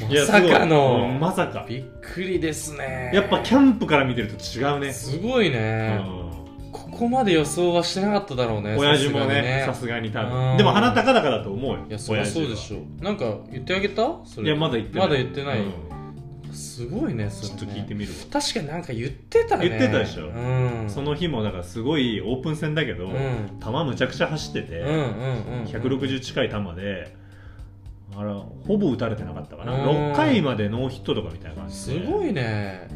Speaker 2: い
Speaker 1: ま
Speaker 2: や
Speaker 1: さか
Speaker 2: すごいうん
Speaker 1: の
Speaker 2: まさか
Speaker 1: びっくりですね
Speaker 2: やっぱキャンプから見てると違うね
Speaker 1: すごいうね
Speaker 2: ん
Speaker 1: ここまで予想はしてなかっただろうね
Speaker 2: 親父も
Speaker 1: さすがに
Speaker 2: ねさすがに多
Speaker 1: う
Speaker 2: 分
Speaker 1: ん
Speaker 2: でも鼻高々だと思うよ
Speaker 1: いやそりゃ
Speaker 2: 親父
Speaker 1: そ
Speaker 2: は
Speaker 1: うでしょなんか言ってあげたそ
Speaker 2: い
Speaker 1: れ
Speaker 2: やまだ言ってない
Speaker 1: まだ言ってない
Speaker 2: うん
Speaker 1: すごいねそれ
Speaker 2: ちょ
Speaker 1: ね
Speaker 2: っと聞いてみる
Speaker 1: 確かになんか言ってたね
Speaker 2: 言ってたでしょ
Speaker 1: うん
Speaker 2: わその日もだからすごいオープン戦だけど、
Speaker 1: うん
Speaker 2: 球むちゃくちゃ走ってて、
Speaker 1: うんうんうん
Speaker 2: 160近い球であらほぼ打たれてなかったかな、
Speaker 1: うん
Speaker 2: 6回までノーヒットとかみたいな感じ
Speaker 1: す
Speaker 2: で
Speaker 1: ごいね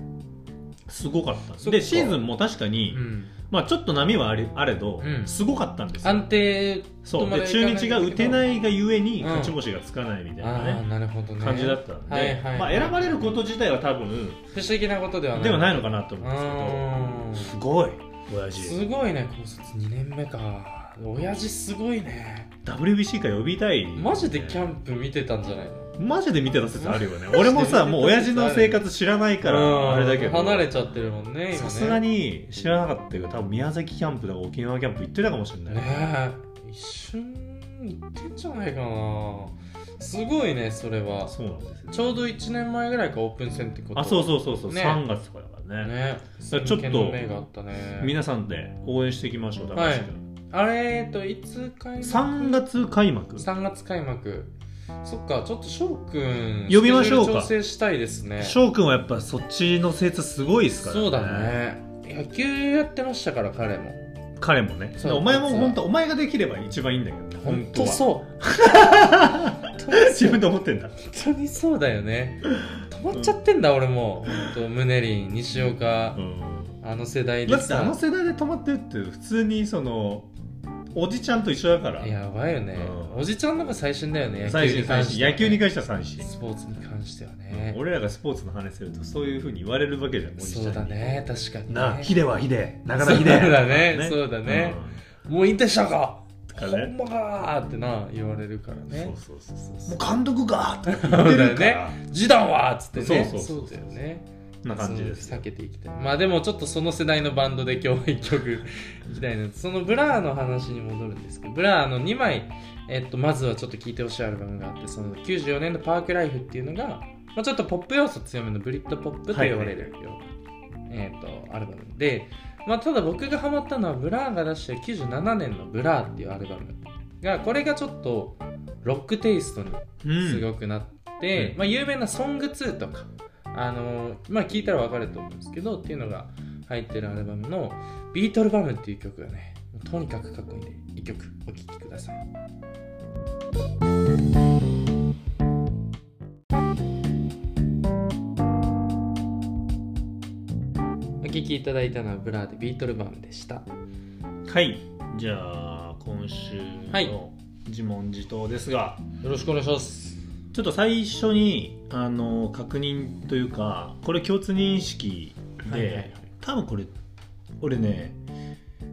Speaker 2: すごかったんです
Speaker 1: そっ
Speaker 2: で
Speaker 1: か
Speaker 2: シーズンも確かに、
Speaker 1: うん、
Speaker 2: まあ、ちょっと波はあれあれど、
Speaker 1: うん
Speaker 2: すごかったんですよ
Speaker 1: 安定
Speaker 2: そうで中日が打て
Speaker 1: い
Speaker 2: ないがゆえに
Speaker 1: うん
Speaker 2: 勝ち星がつかないみたいな
Speaker 1: ああ
Speaker 2: ね、
Speaker 1: なるほどね
Speaker 2: 感じだったんで、
Speaker 1: はいはいはい
Speaker 2: まあ、選ばれること自体は多分
Speaker 1: 不思議なことではない
Speaker 2: ではないのかなと思うんですけどすごい親
Speaker 1: す
Speaker 2: 父
Speaker 1: ごいね高卒2年目か親父すごいね
Speaker 2: WBC から呼びたい、
Speaker 1: マジでキャ
Speaker 2: ン
Speaker 1: ンプ見てたんじゃないの
Speaker 2: マジで見てた説あるよね俺もさもう親父の生活知らないからあれだけど
Speaker 1: 離れちゃってるもんね今ね
Speaker 2: さすがに知らなかったけど多分宮崎キャンプとか沖縄キャンプ行ってたかもしれない、
Speaker 1: ねえ一瞬行ってんじゃないかなすごいねそれは
Speaker 2: そうなんですよ
Speaker 1: ちょうど1年前ぐらいかオープン戦ってこと
Speaker 2: あそうそうそうそう、
Speaker 1: ね
Speaker 2: 3月とかだからね
Speaker 1: ね
Speaker 2: だからちょっと
Speaker 1: 真剣の銘があったね
Speaker 2: 皆さんで応援していきましょう高橋君、
Speaker 1: あれえっといつ開幕
Speaker 2: 3月開幕
Speaker 1: 3月開幕そっかちょっと翔くん
Speaker 2: 呼びましょ
Speaker 1: スケジュー
Speaker 2: うか
Speaker 1: ル調整したいですね
Speaker 2: 翔くんはやっぱそっちの精通すごいですからね
Speaker 1: そうだね野球やってましたから彼も
Speaker 2: 彼もね
Speaker 1: そう
Speaker 2: お前も本当お前ができれば一番いいんだけどね
Speaker 1: 本
Speaker 2: 本当
Speaker 1: 当
Speaker 2: は
Speaker 1: そう本当
Speaker 2: 自分で思ってんだ
Speaker 1: 本当にそうだよね止まっちゃってんだ、俺もほんと宗林西岡
Speaker 2: う、ん
Speaker 1: あの世代で
Speaker 2: だって
Speaker 1: さ
Speaker 2: あの世代で止まってるって普通にそのおじちゃんと一緒だから
Speaker 1: やばいよね、
Speaker 2: うん
Speaker 1: おじちゃんのが最新だよね
Speaker 2: 最新最新野球に
Speaker 1: 関
Speaker 2: 関しては三振
Speaker 1: してはねスポーツに関してはね、
Speaker 2: 俺らがスポーツの話するとそういうふうに言われるわけじゃんおじちゃん
Speaker 1: そう
Speaker 2: に
Speaker 1: だね確かに、ね、
Speaker 2: なあヒデはヒデ中
Speaker 1: そ
Speaker 2: 田
Speaker 1: う
Speaker 2: ヒデ
Speaker 1: だねそうだね、もう引退したか
Speaker 2: と
Speaker 1: ほ
Speaker 2: かね
Speaker 1: んまかーってな言われるから
Speaker 2: うん
Speaker 1: ね
Speaker 2: そうそう
Speaker 1: そう
Speaker 2: そ
Speaker 1: そうう
Speaker 2: もう監督がーって言ってるから、
Speaker 1: 示談はーっつってね
Speaker 2: そうそうそうそう
Speaker 1: だよね
Speaker 2: な感じです
Speaker 1: その避けていきたいまあでもちょっとその世代のバンドで今日は一曲いきたいのでそのブラーの話に戻るんですけどブラーの2枚、えっと、まずはちょっと聴いてほしいアルバムがあってその94年の「パークライフ」っていうのが、まあ、ちょっとポップ要素強めのブリッドポップと呼ばれるような、えっとアルバムで、まあ、ただ僕がハマったのはブラーが出してる97年の「ブラー」っていうアルバムがこれがちょっとロックテイストに
Speaker 2: うん
Speaker 1: すごくなって、
Speaker 2: うん
Speaker 1: まあ、有名な「ソング2」とか、あのーまあ、聞いたらわかると思うんですけどっていうのが入ってるアルバムの「ビートルバム」っていう曲がねとにかくかっこいいんで一曲お聴きください。お聴きいただいたのはブラーでビートルバムでした。
Speaker 2: はいじゃあ今週
Speaker 1: はい
Speaker 2: の自問自答ですが、
Speaker 1: よろしくお願いします。
Speaker 2: ちょっと最初にあの確認というかこれ共通認識で、
Speaker 1: はいはいはい
Speaker 2: 多分これ俺ね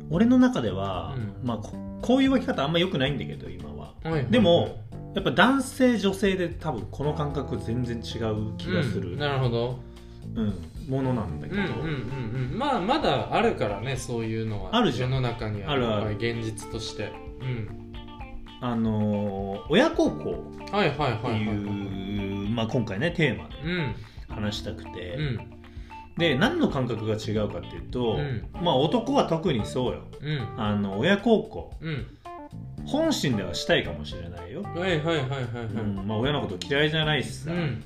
Speaker 2: 俺の中では、
Speaker 1: うん
Speaker 2: まあ、ここういう分け方あんま良くないんだけど今は
Speaker 1: はいはいはい
Speaker 2: でも、やっぱ男性女性で多分この感覚全然違う気がす
Speaker 1: う
Speaker 2: る
Speaker 1: ん、なるほど。
Speaker 2: うんものなんだけ
Speaker 1: う
Speaker 2: ど、
Speaker 1: んうんうんうんまあまだあるからねそういうのは
Speaker 2: あるじゃん
Speaker 1: 世の中には
Speaker 2: あるある
Speaker 1: いっぱい現実としてうん
Speaker 2: あのー親孝行
Speaker 1: はいはい
Speaker 2: って、
Speaker 1: はいはいいう
Speaker 2: まあ、今回ねテーマで
Speaker 1: うん
Speaker 2: 話したくて、
Speaker 1: うん
Speaker 2: で何の感覚が違うかっていうと、
Speaker 1: うん
Speaker 2: まあ男は特にそうよ
Speaker 1: うん
Speaker 2: あの親孝行
Speaker 1: うん
Speaker 2: 本心ではしたいかもしれないよ、
Speaker 1: はいはいはいはいは
Speaker 2: う
Speaker 1: い
Speaker 2: んまあ、親のこと嫌いじゃないしさ、
Speaker 1: うん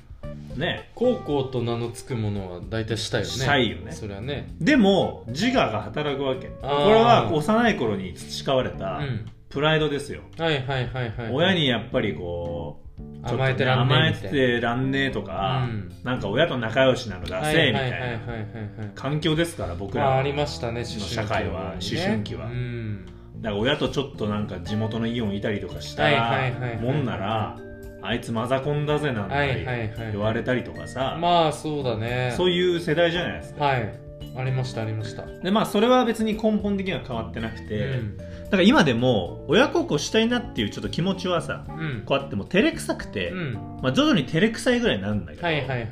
Speaker 2: ね
Speaker 1: 高校と名の付くものは大体したいよね
Speaker 2: したいよね
Speaker 1: それはね
Speaker 2: でも自我が働くわけこれ
Speaker 1: あー
Speaker 2: は幼い頃に培われ
Speaker 1: う
Speaker 2: た
Speaker 1: ん
Speaker 2: プライドですよ、
Speaker 1: はいはいはいはい
Speaker 2: 親にやっぱりこうちょっとね
Speaker 1: 甘えてらんねえ
Speaker 2: 甘え
Speaker 1: みたいな
Speaker 2: てらんねえとか、
Speaker 1: うん
Speaker 2: なんか親と仲良しなのだ
Speaker 1: は
Speaker 2: せ
Speaker 1: い
Speaker 2: え
Speaker 1: はい
Speaker 2: み
Speaker 1: は
Speaker 2: た
Speaker 1: い
Speaker 2: い
Speaker 1: はいはい
Speaker 2: な
Speaker 1: はい
Speaker 2: 環境ですから僕
Speaker 1: ま
Speaker 2: らは
Speaker 1: あありましたね思春期の
Speaker 2: 社会
Speaker 1: よ
Speaker 2: は
Speaker 1: うにね
Speaker 2: 思春期は
Speaker 1: うん
Speaker 2: だから親とちょっとなんか地元のイオンいたりとかした
Speaker 1: はいはいはいはい
Speaker 2: もんならあいつマザコンだぜなん
Speaker 1: は
Speaker 2: て
Speaker 1: いはいはい
Speaker 2: 言われたりとかさ、
Speaker 1: まあそうだね
Speaker 2: そういう世代じゃないですか、
Speaker 1: はいありましたありました
Speaker 2: でまあそれは別に根本的には変わってなくて、
Speaker 1: うん
Speaker 2: だから今でも親孝行したいなっていうちょっと気持ちはさ
Speaker 1: うん
Speaker 2: こうやってもう照れくさくて、
Speaker 1: うん
Speaker 2: まあ、徐々に照れくさいぐらいになるんだけど、
Speaker 1: はいはいはいはい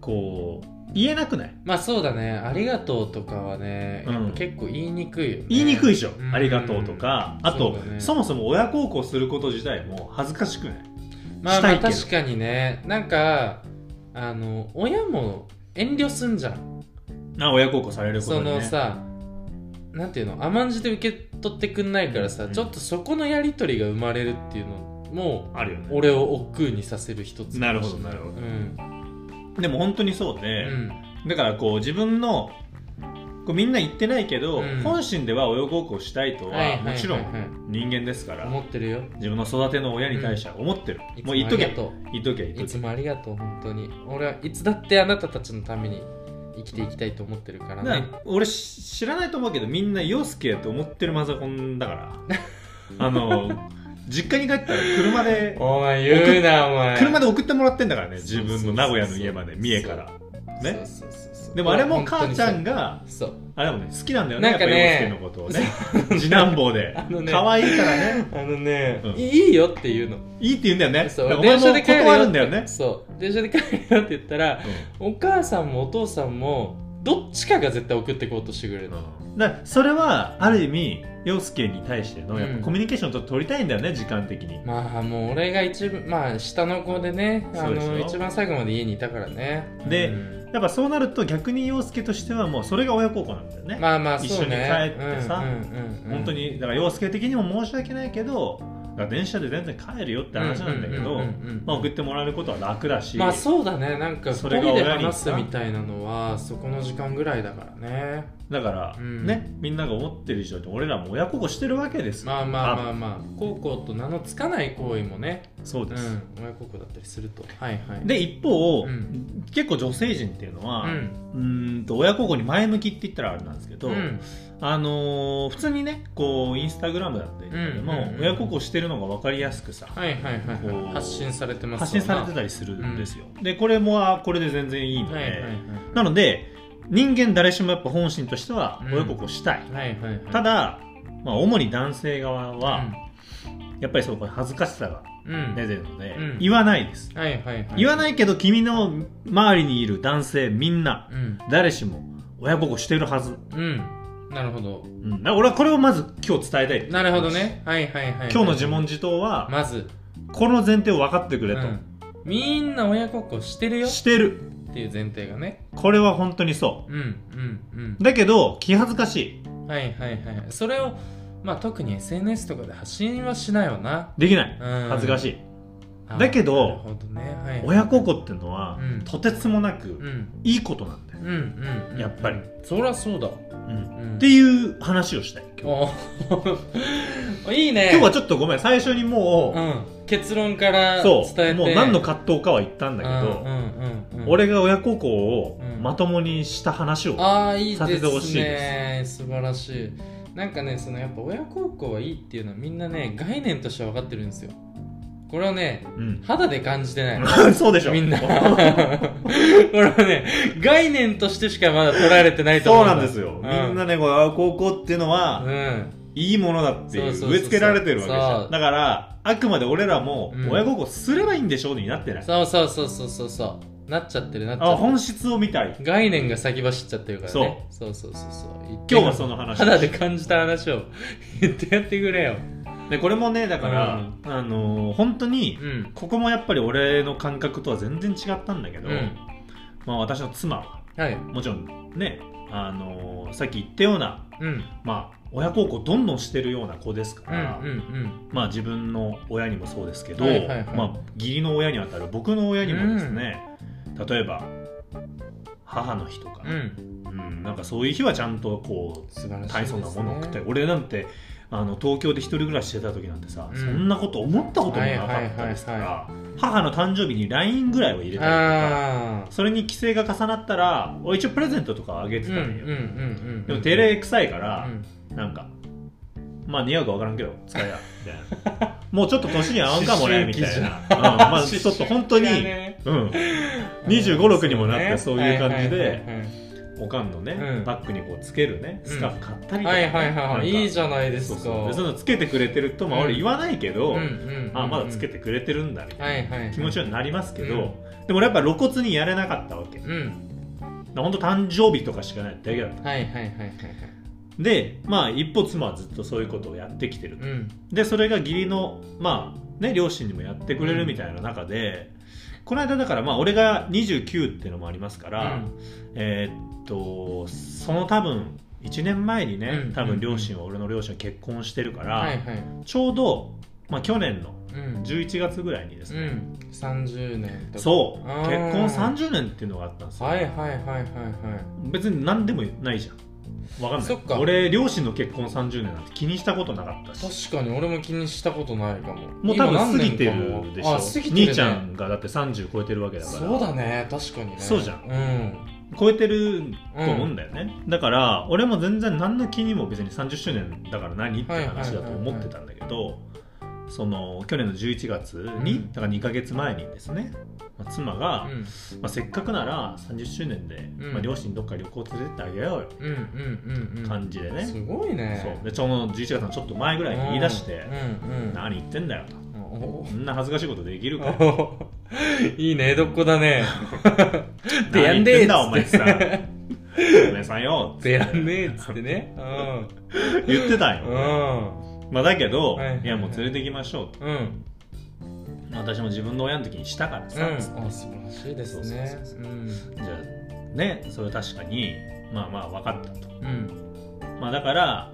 Speaker 2: こう言えなくない
Speaker 1: まあそうだね「ありがとう」とかはね、
Speaker 2: うん
Speaker 1: やっぱ結構言いにくいよね
Speaker 2: 言いにくいでしょ、
Speaker 1: うん
Speaker 2: ありがとうとかあと
Speaker 1: そうだ
Speaker 2: そ,、
Speaker 1: ね
Speaker 2: もそも親孝行すること自体も恥ずかしくない
Speaker 1: まあ
Speaker 2: した
Speaker 1: ま
Speaker 2: い
Speaker 1: あ
Speaker 2: けど
Speaker 1: 確かにねなんかあの親も遠慮すんじゃん、
Speaker 2: な親孝行されること
Speaker 1: そ
Speaker 2: に、ね、
Speaker 1: のさなんていうの甘んじて受け取ってくんないからさ、
Speaker 2: うん
Speaker 1: ちょっとそこのやり取りが生まれるっていうのも
Speaker 2: あるよね
Speaker 1: 俺を億劫にさせる一つ
Speaker 2: なるほどなるほ
Speaker 1: どうん、
Speaker 2: どでも本当にそうで、
Speaker 1: うん、
Speaker 2: だからこう自分のこうみんな言ってないけど、
Speaker 1: うん
Speaker 2: 本心では親孝行したいと
Speaker 1: はいは
Speaker 2: はい
Speaker 1: はいはい
Speaker 2: もちろん人間ですから、
Speaker 1: 思ってるよ
Speaker 2: 自分の育ての親に対しては思ってる、
Speaker 1: いつ
Speaker 2: もう
Speaker 1: あ
Speaker 2: 言
Speaker 1: り
Speaker 2: っ
Speaker 1: が
Speaker 2: とけ
Speaker 1: とう
Speaker 2: 言っとけ言
Speaker 1: い
Speaker 2: っと
Speaker 1: つ
Speaker 2: け
Speaker 1: もありがとう本当に俺はいつだってあなたたちのために生きていきたいと思ってるから
Speaker 2: な
Speaker 1: ね
Speaker 2: 俺し知らないと思うけどみんな洋介と思ってるマザコン だからあの実家に帰ったら車で
Speaker 1: お前言うなお前
Speaker 2: 車
Speaker 1: で
Speaker 2: で送ってもらってんだからね
Speaker 1: そうそ
Speaker 2: 自
Speaker 1: うそう
Speaker 2: 分の名古屋の家まで三重から
Speaker 1: そうそうそ
Speaker 2: ね
Speaker 1: うそう
Speaker 2: でもあれも
Speaker 1: 本当
Speaker 2: 母
Speaker 1: に
Speaker 2: ち
Speaker 1: そう
Speaker 2: ゃんが
Speaker 1: そう
Speaker 2: あれもね好きなんだよね
Speaker 1: なんかね
Speaker 2: やっぱ洋介のことをね 次男坊で
Speaker 1: あのね
Speaker 2: 可愛いからね
Speaker 1: あのね、
Speaker 2: うん
Speaker 1: いいいよっていうの
Speaker 2: いいって言うんだよね
Speaker 1: そう
Speaker 2: だからお前
Speaker 1: 電車
Speaker 2: も
Speaker 1: で帰るよって
Speaker 2: 断るんだよね
Speaker 1: そう電車で帰るよって言ったらお母さんもお父さんもどっちかが絶対送ってこうとしてくれるの
Speaker 2: だからそれはある意味洋介に対してのやっ
Speaker 1: うん
Speaker 2: ぱコミュニケーションと取りたいんだよね時間的に
Speaker 1: まあもう俺が一番まあ下の子でねあ
Speaker 2: そうです
Speaker 1: の
Speaker 2: よ
Speaker 1: 一番最後まで家にいたからね
Speaker 2: で
Speaker 1: うん
Speaker 2: やっぱそうなると逆に洋介としてはもうそれが親孝行なんだよね、
Speaker 1: まあまあ
Speaker 2: 一
Speaker 1: そ
Speaker 2: 緒
Speaker 1: う
Speaker 2: に帰
Speaker 1: ね
Speaker 2: ってさ
Speaker 1: うんうんうんうん
Speaker 2: 本当にだから洋介的にも申し訳ないけどだから電車で全然帰るよって話なんだけ
Speaker 1: う
Speaker 2: ど
Speaker 1: んうんうんうん
Speaker 2: まあ送ってもらえることは楽だし、
Speaker 1: まあそうだねなんか
Speaker 2: そ
Speaker 1: 2
Speaker 2: れが
Speaker 1: 人で
Speaker 2: 親に
Speaker 1: 話すみたいなのはそこの時間ぐらいだからね
Speaker 2: だから、
Speaker 1: うん
Speaker 2: ねみんなが思ってる以上に俺らも親孝行してるわけですよ
Speaker 1: まあまあまあまあ高校と名の付かない行為もね
Speaker 2: そう
Speaker 1: う
Speaker 2: です、
Speaker 1: ん親孝行だったりするとはいはい
Speaker 2: で一方、
Speaker 1: うん
Speaker 2: 結構女性陣っていうのは、
Speaker 1: う
Speaker 2: うんーんと親孝行に前向きって言ったらあれなんですけど、
Speaker 1: うん
Speaker 2: あのー普通にねこうインスタグラムだったりとかでも、
Speaker 1: うんうんうん
Speaker 2: 親孝行してるのが分かりやすくさ、
Speaker 1: はいはいはい
Speaker 2: こ
Speaker 1: は
Speaker 2: う
Speaker 1: い発信されてます
Speaker 2: 発信されて
Speaker 1: た
Speaker 2: たりするんですよ、でこれもあこれで全然いいので、
Speaker 1: はいはいはい
Speaker 2: なので人間誰しもやっぱ本心としては
Speaker 1: うん
Speaker 2: 親孝行したい、
Speaker 1: はいはいはい
Speaker 2: ただ、まあ、主に男性側
Speaker 1: う
Speaker 2: は、やっぱりそこに恥ずかしさが
Speaker 1: んうん
Speaker 2: 出てるので、
Speaker 1: うん
Speaker 2: 言わないです、
Speaker 1: はいはいはい
Speaker 2: 言わ
Speaker 1: い
Speaker 2: ないけど君の周りにいる男性みんな
Speaker 1: うん
Speaker 2: 誰しも親孝行してるはず、
Speaker 1: うんなるほど
Speaker 2: うん、だから俺はこれをまず今日伝えたい
Speaker 1: なるほどねはいはいはい
Speaker 2: 今日の自問自答は、
Speaker 1: まず
Speaker 2: この前提を分かってくれと、
Speaker 1: うんみんな親孝行してるよ
Speaker 2: してる
Speaker 1: っていう前提がね
Speaker 2: これは本当にそ
Speaker 1: うんうん
Speaker 2: うだけど気恥ずかしい
Speaker 1: うんはいはいはいそれをまあ特に SNS とかで発信はしないよな
Speaker 2: できない
Speaker 1: うん
Speaker 2: 恥ずかしい、
Speaker 1: あ
Speaker 2: だけど
Speaker 1: なるほどねはい
Speaker 2: 親孝行ってのは、
Speaker 1: うん
Speaker 2: とてつもなく、
Speaker 1: うん
Speaker 2: いいことなんだよ
Speaker 1: うん、うんうん
Speaker 2: やっぱり
Speaker 1: そりゃそうだ
Speaker 2: うん
Speaker 1: ん
Speaker 2: っていう話をしたい今日
Speaker 1: お いいね
Speaker 2: 今日はちょっとごめん最初にもう、
Speaker 1: うん、結論から伝
Speaker 2: そ
Speaker 1: えて
Speaker 2: うもう何の葛藤かは言ったんだけ
Speaker 1: う
Speaker 2: ど
Speaker 1: ん、うんうんうん、
Speaker 2: 俺が親孝行を
Speaker 1: うん
Speaker 2: まともにした話を、
Speaker 1: ああいい
Speaker 2: させて
Speaker 1: で
Speaker 2: ほ
Speaker 1: す
Speaker 2: しい
Speaker 1: ね
Speaker 2: で
Speaker 1: 素晴らしいなんかねそのやっぱ親孝行はいいっていうのはみんなね概念としては分かってるんですよこれはね
Speaker 2: うん、
Speaker 1: 肌で感じてない
Speaker 2: そうでしょ
Speaker 1: みん なこれはね概念としてしかまだ捉えれてないと
Speaker 2: そ
Speaker 1: 思う
Speaker 2: うなんですよ、
Speaker 1: ん
Speaker 2: みんなねこう親孝行っていうのは、
Speaker 1: うん
Speaker 2: いいものだっていう
Speaker 1: そうそうそうそう
Speaker 2: 植え付けられてるわけじゃ
Speaker 1: そうん
Speaker 2: だからあくまで俺らも
Speaker 1: うん
Speaker 2: 親孝行すればいいんでしょうになってない、
Speaker 1: そうそうそうそうそうそうなっちゃってるなっちゃ
Speaker 2: あ
Speaker 1: ってる
Speaker 2: 本質を見たい
Speaker 1: 概念が先走っちゃってるからねそうそうそうそう
Speaker 2: 今日はその話
Speaker 1: 肌で感じた話を言ってやってくれよ
Speaker 2: でこれもねだから、あのー本当に
Speaker 1: うん
Speaker 2: ここもやっぱり俺の感覚とは全然違ったんだけど、
Speaker 1: うん
Speaker 2: まあ、私の妻は
Speaker 1: はい
Speaker 2: もちろんね、あのーさっき言ったような、
Speaker 1: うん
Speaker 2: まあ、親孝行どんどんしてるような子ですか
Speaker 1: うんう
Speaker 2: ら、
Speaker 1: ん
Speaker 2: まあ、自分の親にもそうですけど、
Speaker 1: はいはいはい
Speaker 2: まあ、義理の親にあたる僕の親にもですね、例えば母の日とか、
Speaker 1: うんうん
Speaker 2: うんなんかそういう日はちゃんとこう
Speaker 1: 素晴らしいですね
Speaker 2: 大層なものを食って、俺なんてあの東京で一人暮らししてた時なんてさ、
Speaker 1: うん
Speaker 2: そんなこと思ったこともなかったですから、
Speaker 1: はいは
Speaker 2: 母の誕生日に LINE ぐらいは入れたりとか
Speaker 1: ああ
Speaker 2: それに規制が重なったら俺一応プレゼントとかはあげて
Speaker 1: うん
Speaker 2: た
Speaker 1: うん
Speaker 2: ん
Speaker 1: う
Speaker 2: よ、
Speaker 1: んうん
Speaker 2: でも照れ臭いから
Speaker 1: う、ん
Speaker 2: なんかまあ似合うか分からんけど使えやみたいな もうちょっと年に合わんかもねみたいな、うんまあちょっと本当に、
Speaker 1: いやね
Speaker 2: うん、25 6にもなって
Speaker 1: そ
Speaker 2: そうう
Speaker 1: ね
Speaker 2: いう感じで、
Speaker 1: はいはいはいはい
Speaker 2: おかんのね、
Speaker 1: うん
Speaker 2: バッグにこうつけるねスカーフ買ったりとか
Speaker 1: は
Speaker 2: ね、
Speaker 1: いはいはい
Speaker 2: なんか
Speaker 1: いいじゃないです
Speaker 2: そう
Speaker 1: か
Speaker 2: そうでそういうのつけてくれてると、まあ、
Speaker 1: うん
Speaker 2: 俺言わないけ
Speaker 1: う
Speaker 2: ど、
Speaker 1: んうん
Speaker 2: あまだつけ
Speaker 1: て
Speaker 2: てくれてるんだみたい
Speaker 1: はいはい
Speaker 2: な気持ちになりますけど、でも俺やっぱ露骨にやれなかったわけ、
Speaker 1: うん
Speaker 2: 本当誕生日とかしかないだけだった
Speaker 1: はいはいはいはいはい
Speaker 2: でまあ一歩妻はずっとそういうことをやってきてる、
Speaker 1: うん
Speaker 2: でそれが義理のまあね両親にもやってくれるみたいな中で、この間だからまあ俺が29っていうのもありますから、
Speaker 1: うん
Speaker 2: えーっとその多分1年前にね、
Speaker 1: うん
Speaker 2: 多分両親は俺の両親は結婚してるから、
Speaker 1: はいはい
Speaker 2: ちょうど、まあ、去年の
Speaker 1: うん
Speaker 2: 11月ぐらいにです
Speaker 1: う
Speaker 2: ね、
Speaker 1: ん30年とか
Speaker 2: そう
Speaker 1: あ
Speaker 2: 結
Speaker 1: ー
Speaker 2: 婚30年っていうのがあったんですよ、
Speaker 1: はいはいはいはいはい
Speaker 2: 別に何でもないじゃんわかんない
Speaker 1: そっか
Speaker 2: 俺両親の結婚30年なんて気にしたことなかったし
Speaker 1: 確かに俺も気にしたことないかも
Speaker 2: もう
Speaker 1: 今
Speaker 2: 多分
Speaker 1: 何
Speaker 2: 過
Speaker 1: 年
Speaker 2: ぎてるでし
Speaker 1: か
Speaker 2: ょ、
Speaker 1: もあ過ぎてるね
Speaker 2: 兄ちゃんがだって30超えてるわけだから
Speaker 1: そうだね確かにね
Speaker 2: そうじゃん
Speaker 1: うん
Speaker 2: 超えてると思うんだよね、だから俺も全然何の気にも別に30周年だから何って話だと思ってたんだけどその去年の11月に、
Speaker 1: うん
Speaker 2: だから2ヶ月前にですね、まあ妻が、
Speaker 1: うん
Speaker 2: まあ、せっかくなら30周年で、
Speaker 1: うん
Speaker 2: まあ、両親どっか旅行連れてってあげようよ
Speaker 1: うんうんうんうん
Speaker 2: 感じでね、
Speaker 1: すごいね
Speaker 2: そうでちょうど11月のちょっと前ぐらいに言い出して
Speaker 1: うんうんうん
Speaker 2: 「何言ってんだよ」と
Speaker 1: お
Speaker 2: 「こんな恥ずかしいことできるか」
Speaker 1: お いいね江戸っ子だねでやんねえ
Speaker 2: 「何言って
Speaker 1: っ
Speaker 2: んだお
Speaker 1: つ
Speaker 2: 前
Speaker 1: って
Speaker 2: さ」お前さんよっつっ
Speaker 1: で
Speaker 2: て
Speaker 1: やんねえっつってねうん
Speaker 2: 言ってたん
Speaker 1: う
Speaker 2: よ、
Speaker 1: ん
Speaker 2: まあ、だけど、
Speaker 1: はいはいはい
Speaker 2: いやもう連れてきましょうと
Speaker 1: うん
Speaker 2: 私も自分の親の時にしたから
Speaker 1: う
Speaker 2: さ、つって
Speaker 1: んあ素晴らしいですね
Speaker 2: そううそ
Speaker 1: ん
Speaker 2: じゃあねそれ確かにまあまあ分かったと、
Speaker 1: うん
Speaker 2: まあ、だから、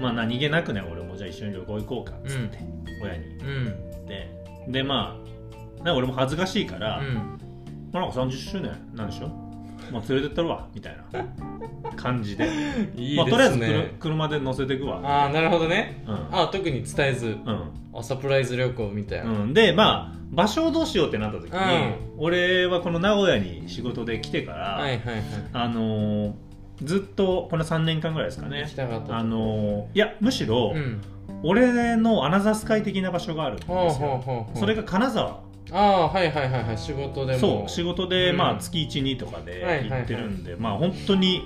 Speaker 2: まあ、何気なくね俺もじゃあ一緒に旅行行こうかっつって、親に
Speaker 1: うん
Speaker 2: ででまあなんか俺も恥ずかしいから、
Speaker 1: うん
Speaker 2: まあなんか30周年なんでしょ、まあ、連れてったるわみたいな感じで
Speaker 1: い
Speaker 2: ま
Speaker 1: い
Speaker 2: あ、とりあ
Speaker 1: で
Speaker 2: え
Speaker 1: す
Speaker 2: ず車
Speaker 1: ね
Speaker 2: 車で乗せてくわ
Speaker 1: ああなるほどね
Speaker 2: うん
Speaker 1: あ特に伝えずあサプライズ旅行みたい
Speaker 2: うん
Speaker 1: な
Speaker 2: うん、でまあ場所をどうしようってなった時に、
Speaker 1: うん
Speaker 2: 俺はこの名古屋に仕事で来てから、
Speaker 1: はいはいはい
Speaker 2: あのーずっとこの3年間ぐらいですか
Speaker 1: 行
Speaker 2: ね
Speaker 1: きたかった
Speaker 2: あのーいやむしろ、
Speaker 1: うん
Speaker 2: 俺のアナザースカイ的な場所があるんですよ、
Speaker 1: ほうほうほうほう
Speaker 2: それが金沢
Speaker 1: ああーはいはいはいはい仕事でも
Speaker 2: そう仕事で、
Speaker 1: うん
Speaker 2: まあ、月12とかで
Speaker 1: はいはいはい
Speaker 2: 行ってるんで、まあ本当に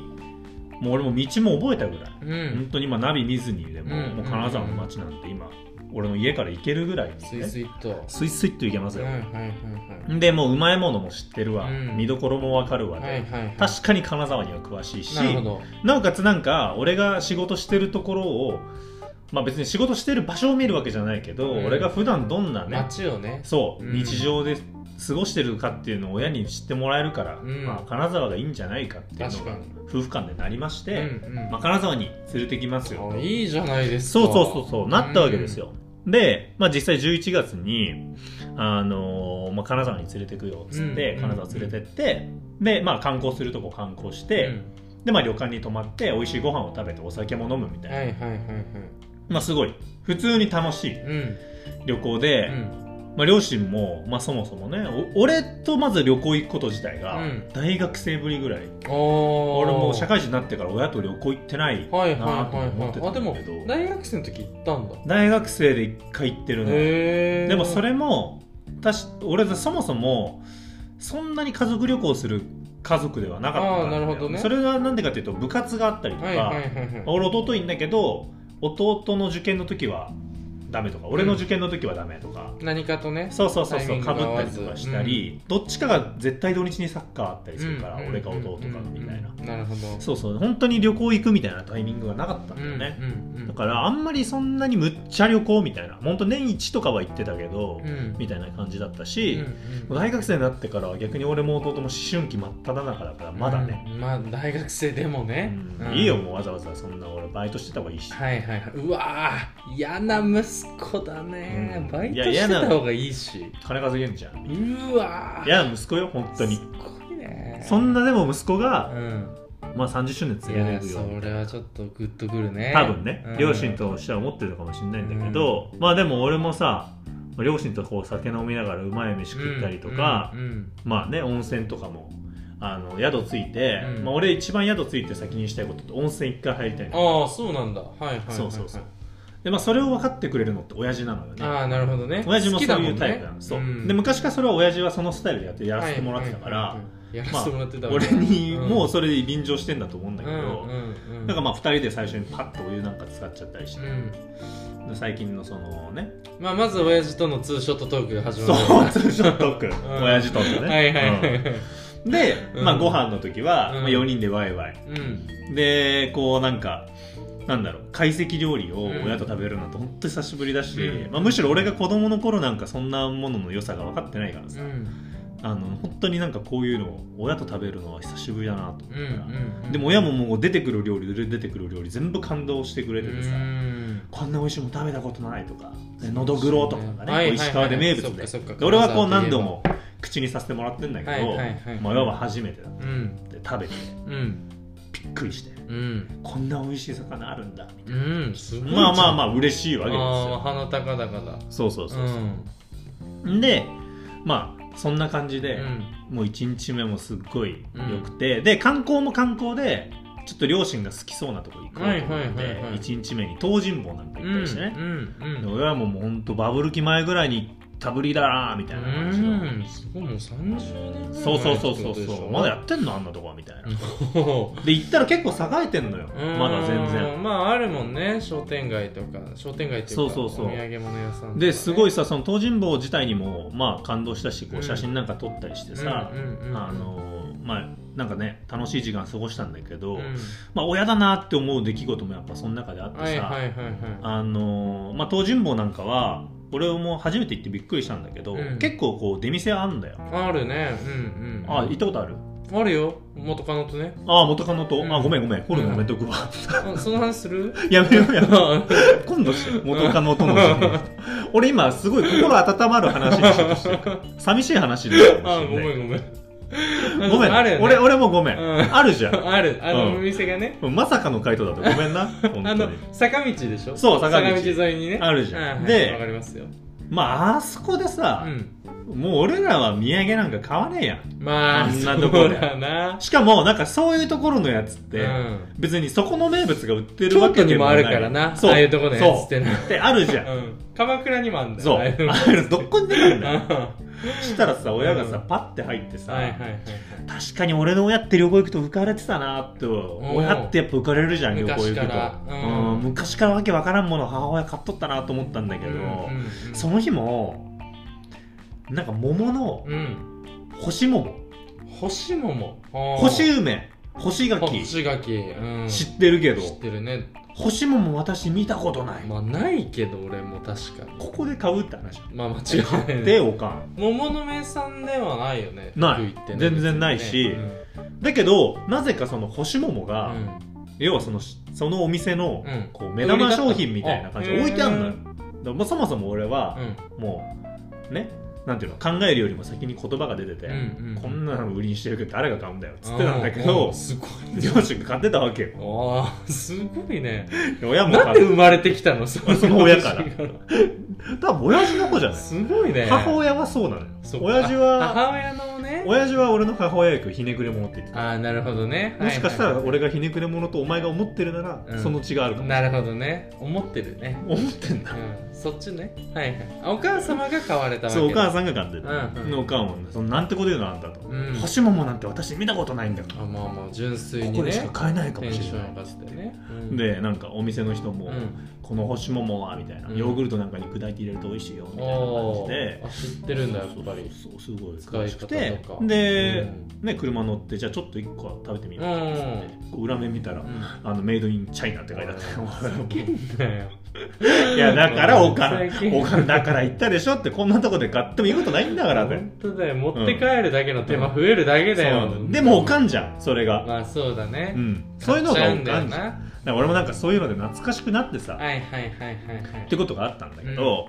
Speaker 2: もう俺も道も覚えたぐらい、
Speaker 1: う
Speaker 2: 本
Speaker 1: ん
Speaker 2: 当にまあナビ見ずにでも,、
Speaker 1: うん
Speaker 2: もう金沢の街なんて今俺の家から行けるぐらいです
Speaker 1: スイ
Speaker 2: ね
Speaker 1: スイっとは
Speaker 2: スイスイっと行けます
Speaker 1: い
Speaker 2: よ、
Speaker 1: はいはいはい
Speaker 2: でもううまいものも知ってるわ、
Speaker 1: うん
Speaker 2: 見どころもわかるわで、
Speaker 1: はいはいはい
Speaker 2: 確かに金沢には詳しいし
Speaker 1: なるほど
Speaker 2: なおかつなんか俺が仕事してるところをまあ別に仕事してる場所を見るわけじゃないけど、
Speaker 1: うん
Speaker 2: 俺が普段どんなね
Speaker 1: 街をね
Speaker 2: そう、
Speaker 1: うん
Speaker 2: 日常で過ごしてるかっていうのを親に知ってもらえるから、
Speaker 1: うん
Speaker 2: まあ、金沢がいいんじゃないかっていう
Speaker 1: 確
Speaker 2: の
Speaker 1: か
Speaker 2: が
Speaker 1: に
Speaker 2: 夫婦間でなりまして、
Speaker 1: うんうん
Speaker 2: まあ、金沢に連れてきますよ
Speaker 1: あいいじゃないですか
Speaker 2: そうそうそうそうなったわけですよ、で、まあ、実際11月に、あのーまあ、金沢に連れてくよっつって、
Speaker 1: うん
Speaker 2: 金沢連れてってで、まあ、観光するとこ観光し
Speaker 1: うん
Speaker 2: て、で、まあ、旅館に泊まって美味しいご飯を食べてお酒も飲むみた
Speaker 1: うん
Speaker 2: いな、
Speaker 1: はいはいはいはい
Speaker 2: まあ、すごい普通に楽しい
Speaker 1: うん
Speaker 2: 旅行で、
Speaker 1: うん
Speaker 2: まあ、両親も、まあ、そもそもねお俺とまず旅行行くこと自体が
Speaker 1: うん
Speaker 2: 大学生ぶりぐらい、
Speaker 1: お
Speaker 2: 俺も社
Speaker 1: 会
Speaker 2: 会人になってから親と旅行行ってないな
Speaker 1: はいはい
Speaker 2: あと思
Speaker 1: は
Speaker 2: っ
Speaker 1: い
Speaker 2: て
Speaker 1: はいあ
Speaker 2: た
Speaker 1: で
Speaker 2: んだ
Speaker 1: も
Speaker 2: けど、
Speaker 1: 大学生の時行ったんだ
Speaker 2: 大学生で一回行ってるね
Speaker 1: へえ
Speaker 2: でもそれもたし俺そもそもそんなに家族旅行する家族ではなかったから
Speaker 1: あーなるほどね
Speaker 2: それがなんでかっていうと部活があったりとか、
Speaker 1: はいはいはいはい
Speaker 2: 俺弟いんだけど弟の受験の時はダメとか俺の受験の時はダメとか、
Speaker 1: 何かとね
Speaker 2: そうそうそう
Speaker 1: タ
Speaker 2: そ
Speaker 1: イミ
Speaker 2: う
Speaker 1: ング
Speaker 2: か
Speaker 1: が
Speaker 2: ぶ
Speaker 1: 合
Speaker 2: っ
Speaker 1: わ
Speaker 2: た
Speaker 1: ず
Speaker 2: りとかしたり、どっちかが絶対土日にサッカーあったりするから、
Speaker 1: うん
Speaker 2: 俺か弟かみたいな、
Speaker 1: うんうんなるほど
Speaker 2: そうそう本当に旅行行くみたいなタイミングがなかったんだよね、
Speaker 1: うんうんうん
Speaker 2: だからあんまりそんなにむっちゃ旅行みたいな本当年一とかは行ってたけど、
Speaker 1: うん
Speaker 2: みたいな感じだった
Speaker 1: う
Speaker 2: し
Speaker 1: ん、うん
Speaker 2: 大学生になってからは逆に俺も弟も思春期真っ只中だからまだね、
Speaker 1: うんまあ大学生でもね
Speaker 2: うん
Speaker 1: うん
Speaker 2: いいよもうわざわざそんな俺バイトしてた方がいいし、
Speaker 1: はいはいはいうわー嫌な息子だ
Speaker 2: う
Speaker 1: ね
Speaker 2: ん
Speaker 1: バイ
Speaker 2: い
Speaker 1: ト
Speaker 2: や
Speaker 1: して
Speaker 2: 嫌な
Speaker 1: た方がいいし
Speaker 2: 金稼げんじゃん
Speaker 1: うわー
Speaker 2: いや息子よ本当に
Speaker 1: すごいね
Speaker 2: そんなでも息子が、
Speaker 1: うん
Speaker 2: まあ、30周年
Speaker 1: い
Speaker 2: 連れ
Speaker 1: や
Speaker 2: ていくよ
Speaker 1: それはちょっとグッとくるね
Speaker 2: 多分ね、
Speaker 1: うん
Speaker 2: 両親としては思ってるかもしれないんだけど、まあでも俺もさ両親とこう酒飲みながらうまい飯食ったりとか、
Speaker 1: うんうん
Speaker 2: まあね温泉とかもあの宿ついて、
Speaker 1: うん
Speaker 2: まあ、俺一番宿ついて先にしたいことって温泉一回入りたいの、
Speaker 1: ああそうなんだはいはいはいはい
Speaker 2: そうそうそうで、まあ、それを分かってくれるのって親父なのよね
Speaker 1: ああなるほどね
Speaker 2: 親父も
Speaker 1: 好き
Speaker 2: そ
Speaker 1: だ
Speaker 2: う
Speaker 1: もん
Speaker 2: い
Speaker 1: ね
Speaker 2: うタイプなの、そう
Speaker 1: うん
Speaker 2: で昔からそれは親父はそのスタイルでやってやらせてもらってたか
Speaker 1: はい
Speaker 2: ら
Speaker 1: はいはいはいやらせてもらってたわ
Speaker 2: 俺に
Speaker 1: うん
Speaker 2: もうそれで便乗してんだと思うんだけど、
Speaker 1: うんうん
Speaker 2: なんかまあ2人で最初にパッとお湯なんか使っちゃったりして
Speaker 1: う、ん
Speaker 2: で最近のそのね
Speaker 1: まあまず親父とのツーショットトークが始ま
Speaker 2: そ
Speaker 1: る
Speaker 2: うツーショットーク、
Speaker 1: ん
Speaker 2: 親父とのね、
Speaker 1: はいはいはいはい
Speaker 2: うんで、
Speaker 1: うん
Speaker 2: まあ、ご飯の時は、
Speaker 1: うん
Speaker 2: まあ、4人でワイワイ
Speaker 1: うん
Speaker 2: でこうなんかなんだろう懐石料理を
Speaker 1: うん
Speaker 2: 親と食べるなんて本当に久しぶりだし、
Speaker 1: うん
Speaker 2: まあ、むしろ俺が子供の頃なんかそんなものの良さが分かってないから
Speaker 1: う
Speaker 2: さ、
Speaker 1: ん
Speaker 2: あの本当になんかこういうのを親と食べるのは久しぶりだなと思っ
Speaker 1: う
Speaker 2: たから、
Speaker 1: んうん
Speaker 2: でも親ももう出てくる料理出てくる料理全部感動してくれててさ、
Speaker 1: うん
Speaker 2: こんな美味しいもの食べたことないとかでのどぐろとかがね
Speaker 1: はいはいはい
Speaker 2: 石川で名物で
Speaker 1: そっかそっか
Speaker 2: で俺はこ
Speaker 1: 金
Speaker 2: う
Speaker 1: 沢といえば
Speaker 2: 何度も口にさせてもらってんだけど、
Speaker 1: はいはいはい
Speaker 2: まあ、要は初めてだっ
Speaker 1: うん
Speaker 2: て食べて
Speaker 1: うん
Speaker 2: びっくりして
Speaker 1: うん
Speaker 2: こんな美味しい魚あるんだみたいな。
Speaker 1: うんすごい
Speaker 2: まあまあま
Speaker 1: あ
Speaker 2: あ嬉しいわけです
Speaker 1: ああ
Speaker 2: よ
Speaker 1: 鼻高々だ
Speaker 2: そうそうそうう、
Speaker 1: ん
Speaker 2: ん、でまあそんな感じで、
Speaker 1: うん
Speaker 2: もう1日目もすっごい良くて、で観光も観光でちょっと両親が好きそうなとこ行こうと思って、
Speaker 1: はいはいはいはい
Speaker 2: 1日目に東尋坊なんか行ったりしてね、
Speaker 1: うんうん
Speaker 2: で親はもうほんとバブル期前ぐらいにたぶりだなみたいな感じの、
Speaker 1: うんすごいもう30年ぐらい前
Speaker 2: そうそうそうそう
Speaker 1: ってことでし
Speaker 2: そ
Speaker 1: ょ
Speaker 2: うまだやってんのあんなとこはみたいな、
Speaker 1: お
Speaker 2: で行ったら結構栄えてんのよ
Speaker 1: ー
Speaker 2: まだ全然
Speaker 1: まああるもんね商店街とか商店街っていうか
Speaker 2: そうそうそう
Speaker 1: お土産物屋さんとかね、
Speaker 2: ですごいさその東尋坊自体にもまあ感動したしこ
Speaker 1: う
Speaker 2: うん写真なんか撮ったりしてさ、
Speaker 1: うんうんうんうん
Speaker 2: あのまあなんかね楽しい時間過ごしたんだけど、
Speaker 1: うん
Speaker 2: まあ親だなって思う出来事もやっぱその中であってさ、
Speaker 1: はいはいはいはい
Speaker 2: あのまあ東尋坊なんかは俺も初めて行ってびっくりしたんだけど、
Speaker 1: うん
Speaker 2: 結構こう出店あんだよ、
Speaker 1: あるねうんうん
Speaker 2: あ行ったことある
Speaker 1: あるよ元カノとね
Speaker 2: あ元カノと、
Speaker 1: うん
Speaker 2: あごめんごめんコロナやめとくわ、
Speaker 1: あその話す る
Speaker 2: やめようやめよう
Speaker 1: あ
Speaker 2: 今度して元カノとの 時期俺今すごい心温まる話にしようとしてるから寂しい話でした
Speaker 1: あ
Speaker 2: かもし
Speaker 1: ご
Speaker 2: れな
Speaker 1: め
Speaker 2: い
Speaker 1: んごめん
Speaker 2: ごめん
Speaker 1: あるよね
Speaker 2: 俺俺もごめん、
Speaker 1: うん
Speaker 2: あるじゃん
Speaker 1: あるあの
Speaker 2: うん
Speaker 1: お店がね
Speaker 2: まさかの回答だったごめんな本 当
Speaker 1: あの
Speaker 2: に
Speaker 1: 坂道でしょ
Speaker 2: そう坂道
Speaker 1: 沿いにね
Speaker 2: あるじゃん
Speaker 1: はいはい
Speaker 2: で
Speaker 1: わかりますよ
Speaker 2: まああそこで
Speaker 1: う
Speaker 2: さ、
Speaker 1: ん
Speaker 2: もう俺らは土産なんか買わねえやん
Speaker 1: まあ
Speaker 2: あんなとこ
Speaker 1: そう
Speaker 2: で
Speaker 1: だな
Speaker 2: しかもなんかそういうところのやつって、
Speaker 1: うん
Speaker 2: 別にそこの名物が売ってる
Speaker 1: 京
Speaker 2: わ
Speaker 1: 都
Speaker 2: け
Speaker 1: に
Speaker 2: でも
Speaker 1: も
Speaker 2: な
Speaker 1: あ
Speaker 2: い
Speaker 1: るからなああいうとこのやつってな
Speaker 2: そうってあるじゃん、
Speaker 1: うん鎌倉にもあるんだよ
Speaker 2: そう
Speaker 1: ああ
Speaker 2: あ
Speaker 1: いの
Speaker 2: れどこにでもあるんだよ
Speaker 1: う
Speaker 2: したらさ親がさ、
Speaker 1: うん
Speaker 2: パッて入って
Speaker 1: ん
Speaker 2: さ、
Speaker 1: はいはいはい
Speaker 2: 確かに俺の親って旅行行くと浮かれてたなって親ってやっぱ浮かれるじゃん旅行行くと
Speaker 1: 昔からう
Speaker 2: うんん昔からわけわからんもの母親買っとったなと思ったんだけど、
Speaker 1: うんうんうん
Speaker 2: その日もなんか桃の
Speaker 1: うん
Speaker 2: 干し桃
Speaker 1: 干し桃あー
Speaker 2: 干し梅干し
Speaker 1: 干
Speaker 2: 柿
Speaker 1: し柿うん
Speaker 2: 知ってるけど
Speaker 1: 知ってるね
Speaker 2: 干し桃私見たことない、
Speaker 1: まあないけど俺も確かに
Speaker 2: ここで買うって話
Speaker 1: まあ間違いない
Speaker 2: でおかん
Speaker 1: 桃の名産ではないよね
Speaker 2: ない
Speaker 1: 福井ってね
Speaker 2: 全然ないし
Speaker 1: 別にね
Speaker 2: だけどなぜかその干し桃
Speaker 1: う
Speaker 2: が、
Speaker 1: ん
Speaker 2: 要はそのそのお店の
Speaker 1: うん
Speaker 2: こう目玉商品みたいな感じで
Speaker 1: 売
Speaker 2: 置
Speaker 1: り
Speaker 2: い
Speaker 1: だ
Speaker 2: て
Speaker 1: った
Speaker 2: あ
Speaker 1: の
Speaker 2: んのよだからもうそもそも俺は
Speaker 1: うん
Speaker 2: もうねなんていうの考えるよりも先に言葉が出てて、
Speaker 1: うんうん
Speaker 2: こんなの売りにしてるけど誰が買うんだよっつってたんだけど、
Speaker 1: うんうんすごいね
Speaker 2: 両親が買ってたわけよ
Speaker 1: ああすごいね
Speaker 2: で親も
Speaker 1: なんで
Speaker 2: 買う
Speaker 1: 生まれてきたのそ
Speaker 2: その親から
Speaker 1: 両親
Speaker 2: 多分親父の子じゃない
Speaker 1: すごいね
Speaker 2: 母親はそうなのよ
Speaker 1: そっか
Speaker 2: 親父は
Speaker 1: 母親のね
Speaker 2: 親父は俺の母親役ひねくれ者って言ってた
Speaker 1: ああなるほどね
Speaker 2: もしかした
Speaker 1: は
Speaker 2: ら
Speaker 1: いはい
Speaker 2: 俺がひねくれ者とお前が思ってるなら、
Speaker 1: うん
Speaker 2: その血があるかもしれ
Speaker 1: なるほどね思ってるね
Speaker 2: ない思ってんだ
Speaker 1: うんそっちねはいはいあお母様が買われたわけ
Speaker 2: そうお母
Speaker 1: さ
Speaker 2: さんが買ってた、
Speaker 1: うんうん
Speaker 2: お母さんはそのなんてこと言うのあんたと、
Speaker 1: うん
Speaker 2: 干し桃なんて私見たことないんだから
Speaker 1: あまあまあ純粋
Speaker 2: こ
Speaker 1: に
Speaker 2: こで
Speaker 1: ね
Speaker 2: しか買えないか
Speaker 1: テ
Speaker 2: も
Speaker 1: ン
Speaker 2: し
Speaker 1: シ
Speaker 2: れ
Speaker 1: ョン上
Speaker 2: な
Speaker 1: がってねうん
Speaker 2: いでなんかお店の人も、
Speaker 1: うん
Speaker 2: この干し桃はみたいな、
Speaker 1: うん
Speaker 2: ヨーグルトなんかに砕いて入れると美味しいよみたいな感
Speaker 1: お
Speaker 2: じで
Speaker 1: ーあ知ってるんだやっぱり
Speaker 2: そうそうそうす
Speaker 1: 使い
Speaker 2: ご
Speaker 1: 方
Speaker 2: い詳しくて
Speaker 1: とか
Speaker 2: で、
Speaker 1: うん
Speaker 2: ね車乗ってじゃあちょっと1個食べてみようかっつってこう裏面見たら、
Speaker 1: うん
Speaker 2: あのメイドインチャイナって書いてあっ
Speaker 1: だよ
Speaker 2: たいやだからおかん
Speaker 1: 最近
Speaker 2: おかんだから言ったでしょってこんなとこで買ってもいいことないんだからって
Speaker 1: 本当だよ持って帰るだけの手間増えるだけだよ、
Speaker 2: そうでもおかんじゃんそれが、
Speaker 1: まあそうだね、
Speaker 2: うん、そういうのが
Speaker 1: 買
Speaker 2: おか
Speaker 1: っ
Speaker 2: ん
Speaker 1: ち
Speaker 2: じ
Speaker 1: ゃ
Speaker 2: ゃ
Speaker 1: うんんだよ
Speaker 2: だから俺もなんかそういうので懐かしくなってさ、
Speaker 1: なはいはいはいはいはい
Speaker 2: ってことがあったんだけど、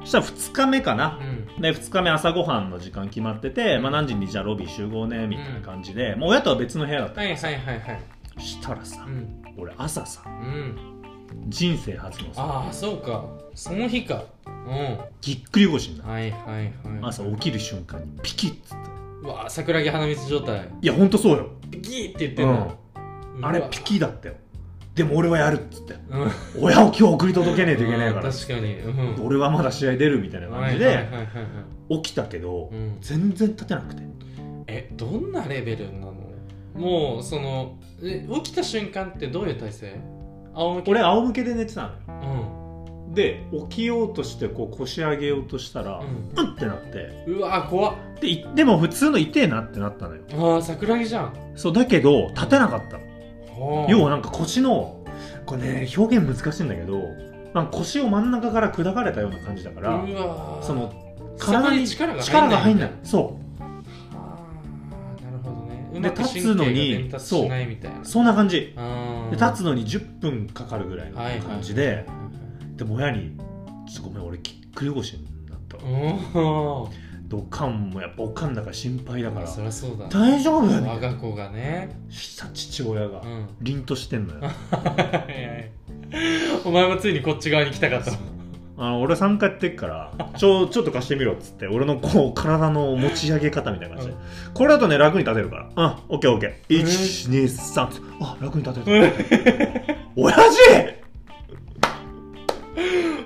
Speaker 2: そしたら2日目かな、で2日目朝ごはんの時間決まってて、まあ、何時にじゃあロビー集合ねみたいな感じで、もう親とは別の部屋だっ
Speaker 1: うん、
Speaker 2: た
Speaker 1: はいはいはいはい
Speaker 2: したらさ、
Speaker 1: うん、
Speaker 2: 俺朝さ
Speaker 1: うん、
Speaker 2: 人生初のさ
Speaker 1: ああそうかその日かうん
Speaker 2: ぎっくり腰になる
Speaker 1: はいはいはい
Speaker 2: 朝起きる瞬間にピキッつって
Speaker 1: うわあ桜木花道状態
Speaker 2: いやほんとそうよ、
Speaker 1: ピキーって言って
Speaker 2: うんん
Speaker 1: の、、
Speaker 2: あれピキだったよでも俺はやるっつって
Speaker 1: うんうん
Speaker 2: 親を今日送り届けねえといけないから
Speaker 1: 確かにうん
Speaker 2: 俺はまだ試合出るみたいな感じ
Speaker 1: はいはい
Speaker 2: で
Speaker 1: はいはいはい
Speaker 2: 起きたけど、
Speaker 1: うん
Speaker 2: 全然立てなくて
Speaker 1: えどんなレベルなのもうそのえ起きた瞬間ってどういう体勢仰向け
Speaker 2: 俺仰向けで寝てたのよ
Speaker 1: うん
Speaker 2: で起きようとしてこう腰上げようとしたら、
Speaker 1: うん
Speaker 2: うんってなって
Speaker 1: うわ怖っ
Speaker 2: でいでも普通の痛えなってなったのよ
Speaker 1: ああ桜木じゃん
Speaker 2: そうだけど立てなかったの要
Speaker 1: 要
Speaker 2: はなんか腰のこれね表現難しいんだけどなんか腰を真ん中から砕かれたような感じだから
Speaker 1: うわー
Speaker 2: その
Speaker 1: そこに
Speaker 2: 体に
Speaker 1: 力が入んない
Speaker 2: 力が入んないそ
Speaker 1: あーなるほどね
Speaker 2: で
Speaker 1: うまく
Speaker 2: 立つ
Speaker 1: 神経
Speaker 2: のに
Speaker 1: が伝達しないみたいな
Speaker 2: うそんな感じ
Speaker 1: あ
Speaker 2: で
Speaker 1: ー
Speaker 2: 立つのに10分かかるぐらいの感じ
Speaker 1: はいは
Speaker 2: ででも親に「ちょっとごめん俺ぎっくり腰になったわ」
Speaker 1: お
Speaker 2: でおかんもやっぱおかんだから心配だか
Speaker 1: ー
Speaker 2: ら
Speaker 1: そりゃそうだ
Speaker 2: 「大丈夫?」みたい
Speaker 1: 我
Speaker 2: な
Speaker 1: が子がね
Speaker 2: した父親が
Speaker 1: うん
Speaker 2: 凛としてんのよ
Speaker 1: はいはいお前もついにこっち側に来たかと
Speaker 2: あの俺3回やってっ からちょちょっと貸してみろっつって俺のこう体の持ち上げ方みたいな感じで、これだとね楽に立てるからうんオッケーオッケー123つあ楽に立てる親父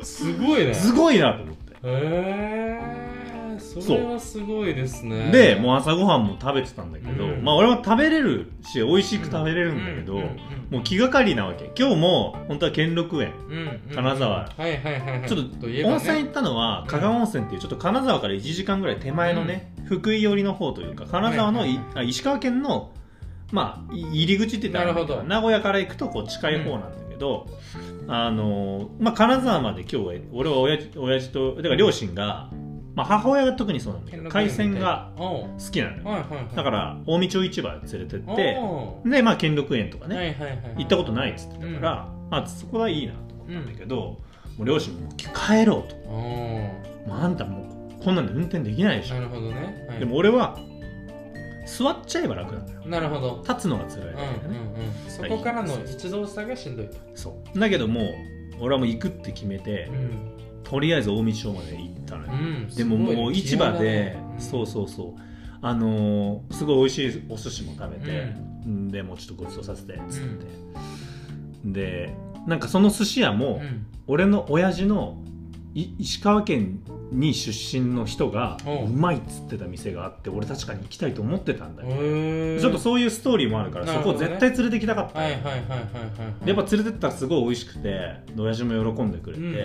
Speaker 1: すごいね
Speaker 2: すごいなと思って
Speaker 1: えー、それはすごいですね
Speaker 2: でもう朝ごはんも食べてたんだけど、
Speaker 1: うん
Speaker 2: まあ俺は食べれるし美味しく食べれるんだけど、
Speaker 1: うんうん
Speaker 2: もう気がかりなわけ今日も本当は兼六園
Speaker 1: うんうんうん
Speaker 2: 金沢
Speaker 1: はいはいはい、はい、
Speaker 2: ちょっと温泉行ったのは加賀温泉っていうちょっと金沢から1時間ぐらい手前のね、福井寄りの方というか金沢のい、
Speaker 1: はいはい
Speaker 2: あ石川県のまあい入り口って言ったらあれだけ
Speaker 1: なるほど
Speaker 2: 名古屋から行くとこう近い方なんだけど、あのまあ、金沢まで今日は俺は親父親父とだから両親が、まあ、母親が特にそうなんだけど海鮮が
Speaker 1: おう
Speaker 2: 好きなのよ
Speaker 1: はいはいはい
Speaker 2: だから近江町市場連れてって
Speaker 1: お
Speaker 2: でまあ兼六園とか
Speaker 1: う
Speaker 2: ね、
Speaker 1: はいはいはい
Speaker 2: 行ったことないっつってたから、
Speaker 1: うん
Speaker 2: まあ、そこはいいなと思ったんだけど、もう両親も帰ろうと。
Speaker 1: おう
Speaker 2: もうあんたもうこんなんで運転できないでしょ、
Speaker 1: なるほどね、はい
Speaker 2: でも俺は座っちゃえば楽なんだよ
Speaker 1: なるほど
Speaker 2: 立つのが辛
Speaker 1: う
Speaker 2: い
Speaker 1: ん
Speaker 2: だけだ
Speaker 1: う
Speaker 2: ね、
Speaker 1: んうんそこからの一度さがしんどいと
Speaker 2: そうだけどもう俺はもう行くって決めて、
Speaker 1: ん、
Speaker 2: とりあえず近江町まで行ったのよ、
Speaker 1: ん
Speaker 2: でももう市場で、そう
Speaker 1: す
Speaker 2: そうそうあのーすごい美味しいお寿司も食
Speaker 1: ご
Speaker 2: べ
Speaker 1: い
Speaker 2: て
Speaker 1: ね、
Speaker 2: んでもうちょっとごちそうさせてっつって、でなんかその寿司屋
Speaker 1: うん
Speaker 2: も、
Speaker 1: うん
Speaker 2: 俺の親父のい石川県に出身の人が
Speaker 1: おう
Speaker 2: うまいっつってた店があって俺確かに行きたいと思ってたんだよ、
Speaker 1: へー
Speaker 2: ちょっとそういうストーリーもあるから
Speaker 1: な
Speaker 2: そ
Speaker 1: る
Speaker 2: こ
Speaker 1: ほ
Speaker 2: を
Speaker 1: どね
Speaker 2: 絶対連れてきたかった、
Speaker 1: はいはいはいはいはい
Speaker 2: でやっぱ連れてったらすごい美味しくて親父も喜んでくれて、
Speaker 1: うんうんう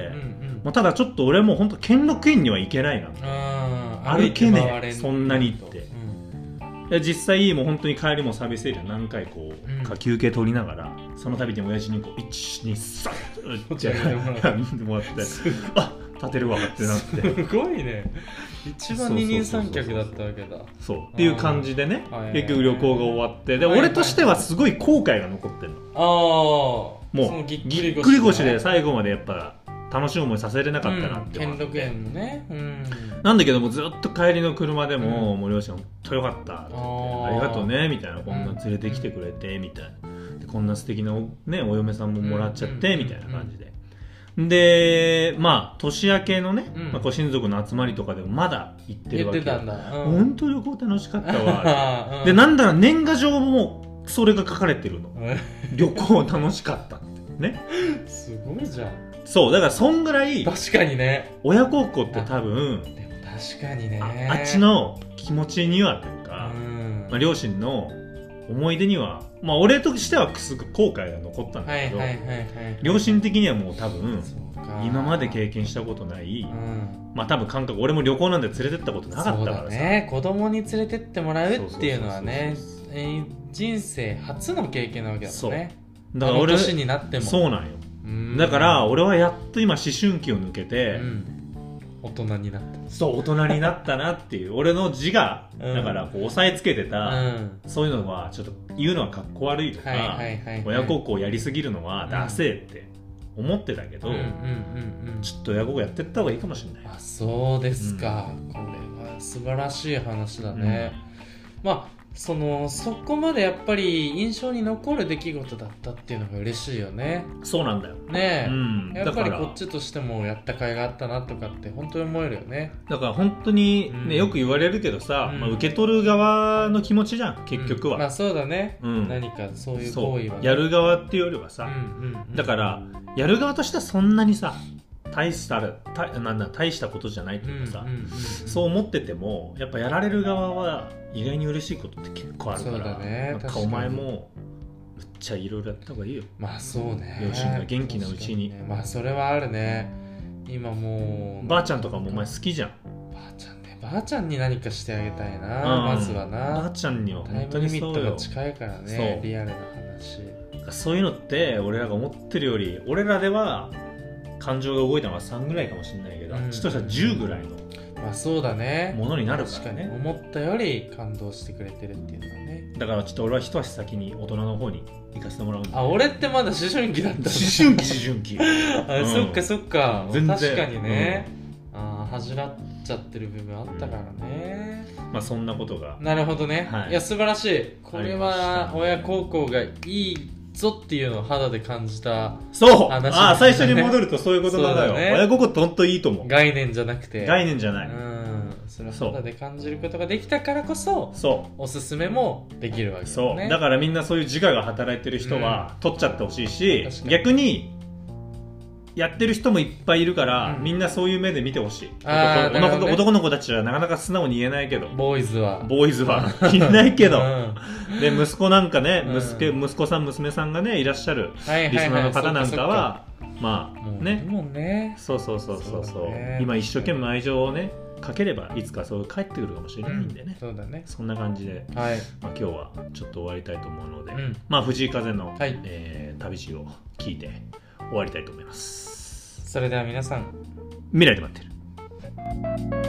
Speaker 1: ん
Speaker 2: まあ、ただちょっと俺も本当兼六園には行けないな
Speaker 1: あー
Speaker 2: 歩けねえ
Speaker 1: 歩いて回れ
Speaker 2: そんなにって
Speaker 1: うん
Speaker 2: で実際もう本当に帰りもサービスエリア何回こう、
Speaker 1: うん
Speaker 2: か休憩取りながらその度に親父にこう123って
Speaker 1: ちょっとやってもらう
Speaker 2: やってもらって
Speaker 1: す
Speaker 2: あ立てるわってなって
Speaker 1: すごいね一番二人三脚だったわけだ
Speaker 2: そうっていう感じでね
Speaker 1: あーはい
Speaker 2: 結局旅行が終わってで
Speaker 1: はいはい
Speaker 2: 俺としてはすごい後悔が残ってるの
Speaker 1: ああも
Speaker 2: もうぎっくり腰で最後までやっぱ楽しい思いさせれなかったなって
Speaker 1: 兼六園のねうん
Speaker 2: なんだけどもずっと帰りの車でも「もう両親本当よかった」って
Speaker 1: あ
Speaker 2: 言って
Speaker 1: ー
Speaker 2: ありがとうね」みたいな「こんな連れてきてくれて」みたいなでこんな素敵なお,、ね、お嫁さんももらっちゃって
Speaker 1: うん
Speaker 2: みたいな感じで。でまあ年明けのね、
Speaker 1: うん
Speaker 2: まあ、ご親族の集まりとかでもまだ行って
Speaker 1: 言
Speaker 2: る
Speaker 1: っ
Speaker 2: わけ
Speaker 1: て
Speaker 2: よ
Speaker 1: たんだう
Speaker 2: 本当旅行楽しかったわって
Speaker 1: あーう
Speaker 2: でなんだら年賀状もそれが書かれてるの旅行楽しかったってね
Speaker 1: すごいじゃん
Speaker 2: そうだからそんぐらい
Speaker 1: 確かにね
Speaker 2: 親孝行って多分
Speaker 1: でも確かにね
Speaker 2: ああっちの気持ちにはという
Speaker 1: う
Speaker 2: か、
Speaker 1: ん
Speaker 2: まあ、両親の思い出にはまあ俺としてはすごく後悔が残ったんだ
Speaker 1: は
Speaker 2: け
Speaker 1: い
Speaker 2: ど、
Speaker 1: はいはいはい
Speaker 2: 両親的にはもう多分
Speaker 1: そうか
Speaker 2: 今まで経験したことない、
Speaker 1: うん
Speaker 2: まあ多分感覚俺も旅行なんて連れてったことなか
Speaker 1: そ
Speaker 2: っ
Speaker 1: う
Speaker 2: たか
Speaker 1: だ
Speaker 2: らさ
Speaker 1: ね子供に連れてってもらうっていうのはね
Speaker 2: そうそうそう
Speaker 1: えー人生初の経験なわけだもんね
Speaker 2: だから
Speaker 1: あの
Speaker 2: 俺
Speaker 1: 年になっても
Speaker 2: そうなんよ
Speaker 1: うん
Speaker 2: だから俺はやっと今思春期を抜け
Speaker 1: う
Speaker 2: て、
Speaker 1: ん大人になった
Speaker 2: そう大人になったなっていう俺の字が
Speaker 1: うん
Speaker 2: だからこう押さえつけてた、
Speaker 1: うん
Speaker 2: そういうのはちょっと言うのはかっこ悪いとか、
Speaker 1: はいはいはいはい
Speaker 2: 親孝行やりすぎるのはダセえって思ってたけど、
Speaker 1: うんうんうんうん
Speaker 2: ちょっと親孝行やってった方がいいかもしれない
Speaker 1: あそうですか、これは素晴らしい話だね、まあそのそこまでやっぱり印象に残る出来事だったっていうのが嬉しいよね
Speaker 2: そうなんだよ、
Speaker 1: ねえ、
Speaker 2: うん、
Speaker 1: や
Speaker 2: だ
Speaker 1: っぱ
Speaker 2: か
Speaker 1: り
Speaker 2: ら
Speaker 1: こっちとしてもやった甲斐があったなとかって本当に思えるよね
Speaker 2: だから本当に、
Speaker 1: うん
Speaker 2: ねよく言われるけどさ、
Speaker 1: うん
Speaker 2: まあ、受け取る側の気持ちじゃん結局
Speaker 1: うんま
Speaker 2: は、
Speaker 1: あそうだね、
Speaker 2: うん
Speaker 1: 何かそういう
Speaker 2: そ
Speaker 1: 行
Speaker 2: う
Speaker 1: 為はね、
Speaker 2: やる側っていうよりはさ、
Speaker 1: うんうんうん
Speaker 2: だからやる側としてはそんなにさ大したたなんだ大したことじゃないと
Speaker 1: うん
Speaker 2: いううんかさ、
Speaker 1: うん
Speaker 2: そう思っててもやっぱやられる側は意外に嬉しいことって結構あるから
Speaker 1: そうだね
Speaker 2: なん
Speaker 1: 確
Speaker 2: か
Speaker 1: か
Speaker 2: お
Speaker 1: に
Speaker 2: 前もむっちゃいろいろやった方がいいよ
Speaker 1: まあそうね
Speaker 2: 両親が元気なうちに
Speaker 1: 確かねまあそれはあるね今もう
Speaker 2: ばあちゃんとかもお前好きじゃん
Speaker 1: ばあちゃんねばあちゃんに何かしてあげたいな、
Speaker 2: うん
Speaker 1: まずは
Speaker 2: ばあ
Speaker 1: な
Speaker 2: ちゃんには
Speaker 1: タイ
Speaker 2: 本当
Speaker 1: ム
Speaker 2: に
Speaker 1: リミッ
Speaker 2: そ
Speaker 1: ト
Speaker 2: う
Speaker 1: が
Speaker 2: よ
Speaker 1: 近いから
Speaker 2: そ
Speaker 1: ね
Speaker 2: う
Speaker 1: リアルな話
Speaker 2: そういうのって俺らが思ってるより俺らでは感情が動いたのは3ぐらいかもしれないけど、
Speaker 1: うん
Speaker 2: あっちとしては10ぐらいの
Speaker 1: まあそうだね
Speaker 2: ものになるか
Speaker 1: 確からに
Speaker 2: ね
Speaker 1: 思ったより感動してくれてるっていうのはね
Speaker 2: だからちょっと俺は一足先に大人の方に行かせてもらうんで
Speaker 1: あ俺ってまだ思春期だった んだ
Speaker 2: 思春期思 春期
Speaker 1: あ、
Speaker 2: うん
Speaker 1: そっかそっか
Speaker 2: 全然
Speaker 1: 確かにね、あー恥じらっちゃってる部分あったからね、
Speaker 2: まあそんなことが
Speaker 1: なるほどね、
Speaker 2: はい
Speaker 1: いや素晴らしいこれ
Speaker 2: ありました
Speaker 1: は
Speaker 2: ね
Speaker 1: 親孝行がいいぞっていうのを肌で感じた
Speaker 2: そう
Speaker 1: 話ですね
Speaker 2: ああ、最初に戻るとそういうことなの
Speaker 1: そ
Speaker 2: よ。
Speaker 1: うだね
Speaker 2: 親心って本当いいと思う。
Speaker 1: 概念じゃなくて
Speaker 2: 概念じゃない。
Speaker 1: うんそれを
Speaker 2: そう
Speaker 1: 肌で感じることができたからこそ
Speaker 2: そ
Speaker 1: おすすめもできるわけ
Speaker 2: う。
Speaker 1: だ
Speaker 2: そ
Speaker 1: よ
Speaker 2: う。
Speaker 1: ね
Speaker 2: だからみんなそういう自我が働いてる人は、取っちゃってほしいし
Speaker 1: 確か、に
Speaker 2: 逆に、やってる人もいっぱいいるから、
Speaker 1: うん
Speaker 2: みんなそういう目で見てほしい。
Speaker 1: あーなる
Speaker 2: 男の
Speaker 1: ほど
Speaker 2: 子
Speaker 1: ね
Speaker 2: 男の子たちはなかなか素直に言えないけど、
Speaker 1: ボーイズは
Speaker 2: ボーイズは いないけど
Speaker 1: う、ん
Speaker 2: で、息子なんかね、
Speaker 1: うん
Speaker 2: 息子息子さん、娘さんがね、いらっしゃる
Speaker 1: はいはい
Speaker 2: リ
Speaker 1: は
Speaker 2: ス
Speaker 1: い
Speaker 2: ナーの方なんかは、ま
Speaker 1: そっかそっかも
Speaker 2: あ、
Speaker 1: う
Speaker 2: ね
Speaker 1: ね、もうね
Speaker 2: そうそうそうそう
Speaker 1: そ
Speaker 2: そう
Speaker 1: だ
Speaker 2: う、
Speaker 1: ね
Speaker 2: 今一生懸命愛情をねかければいつかそう帰ってくるかもしれないんでね、
Speaker 1: そうだね
Speaker 2: そんな感じで、
Speaker 1: はい
Speaker 2: まあ、今日はちょっと終わりたいと思うので、
Speaker 1: うん
Speaker 2: まあ藤井風の、
Speaker 1: はい
Speaker 2: えー旅路を聞いて終わりたいと思います
Speaker 1: それでは皆さん
Speaker 2: 未来で待ってる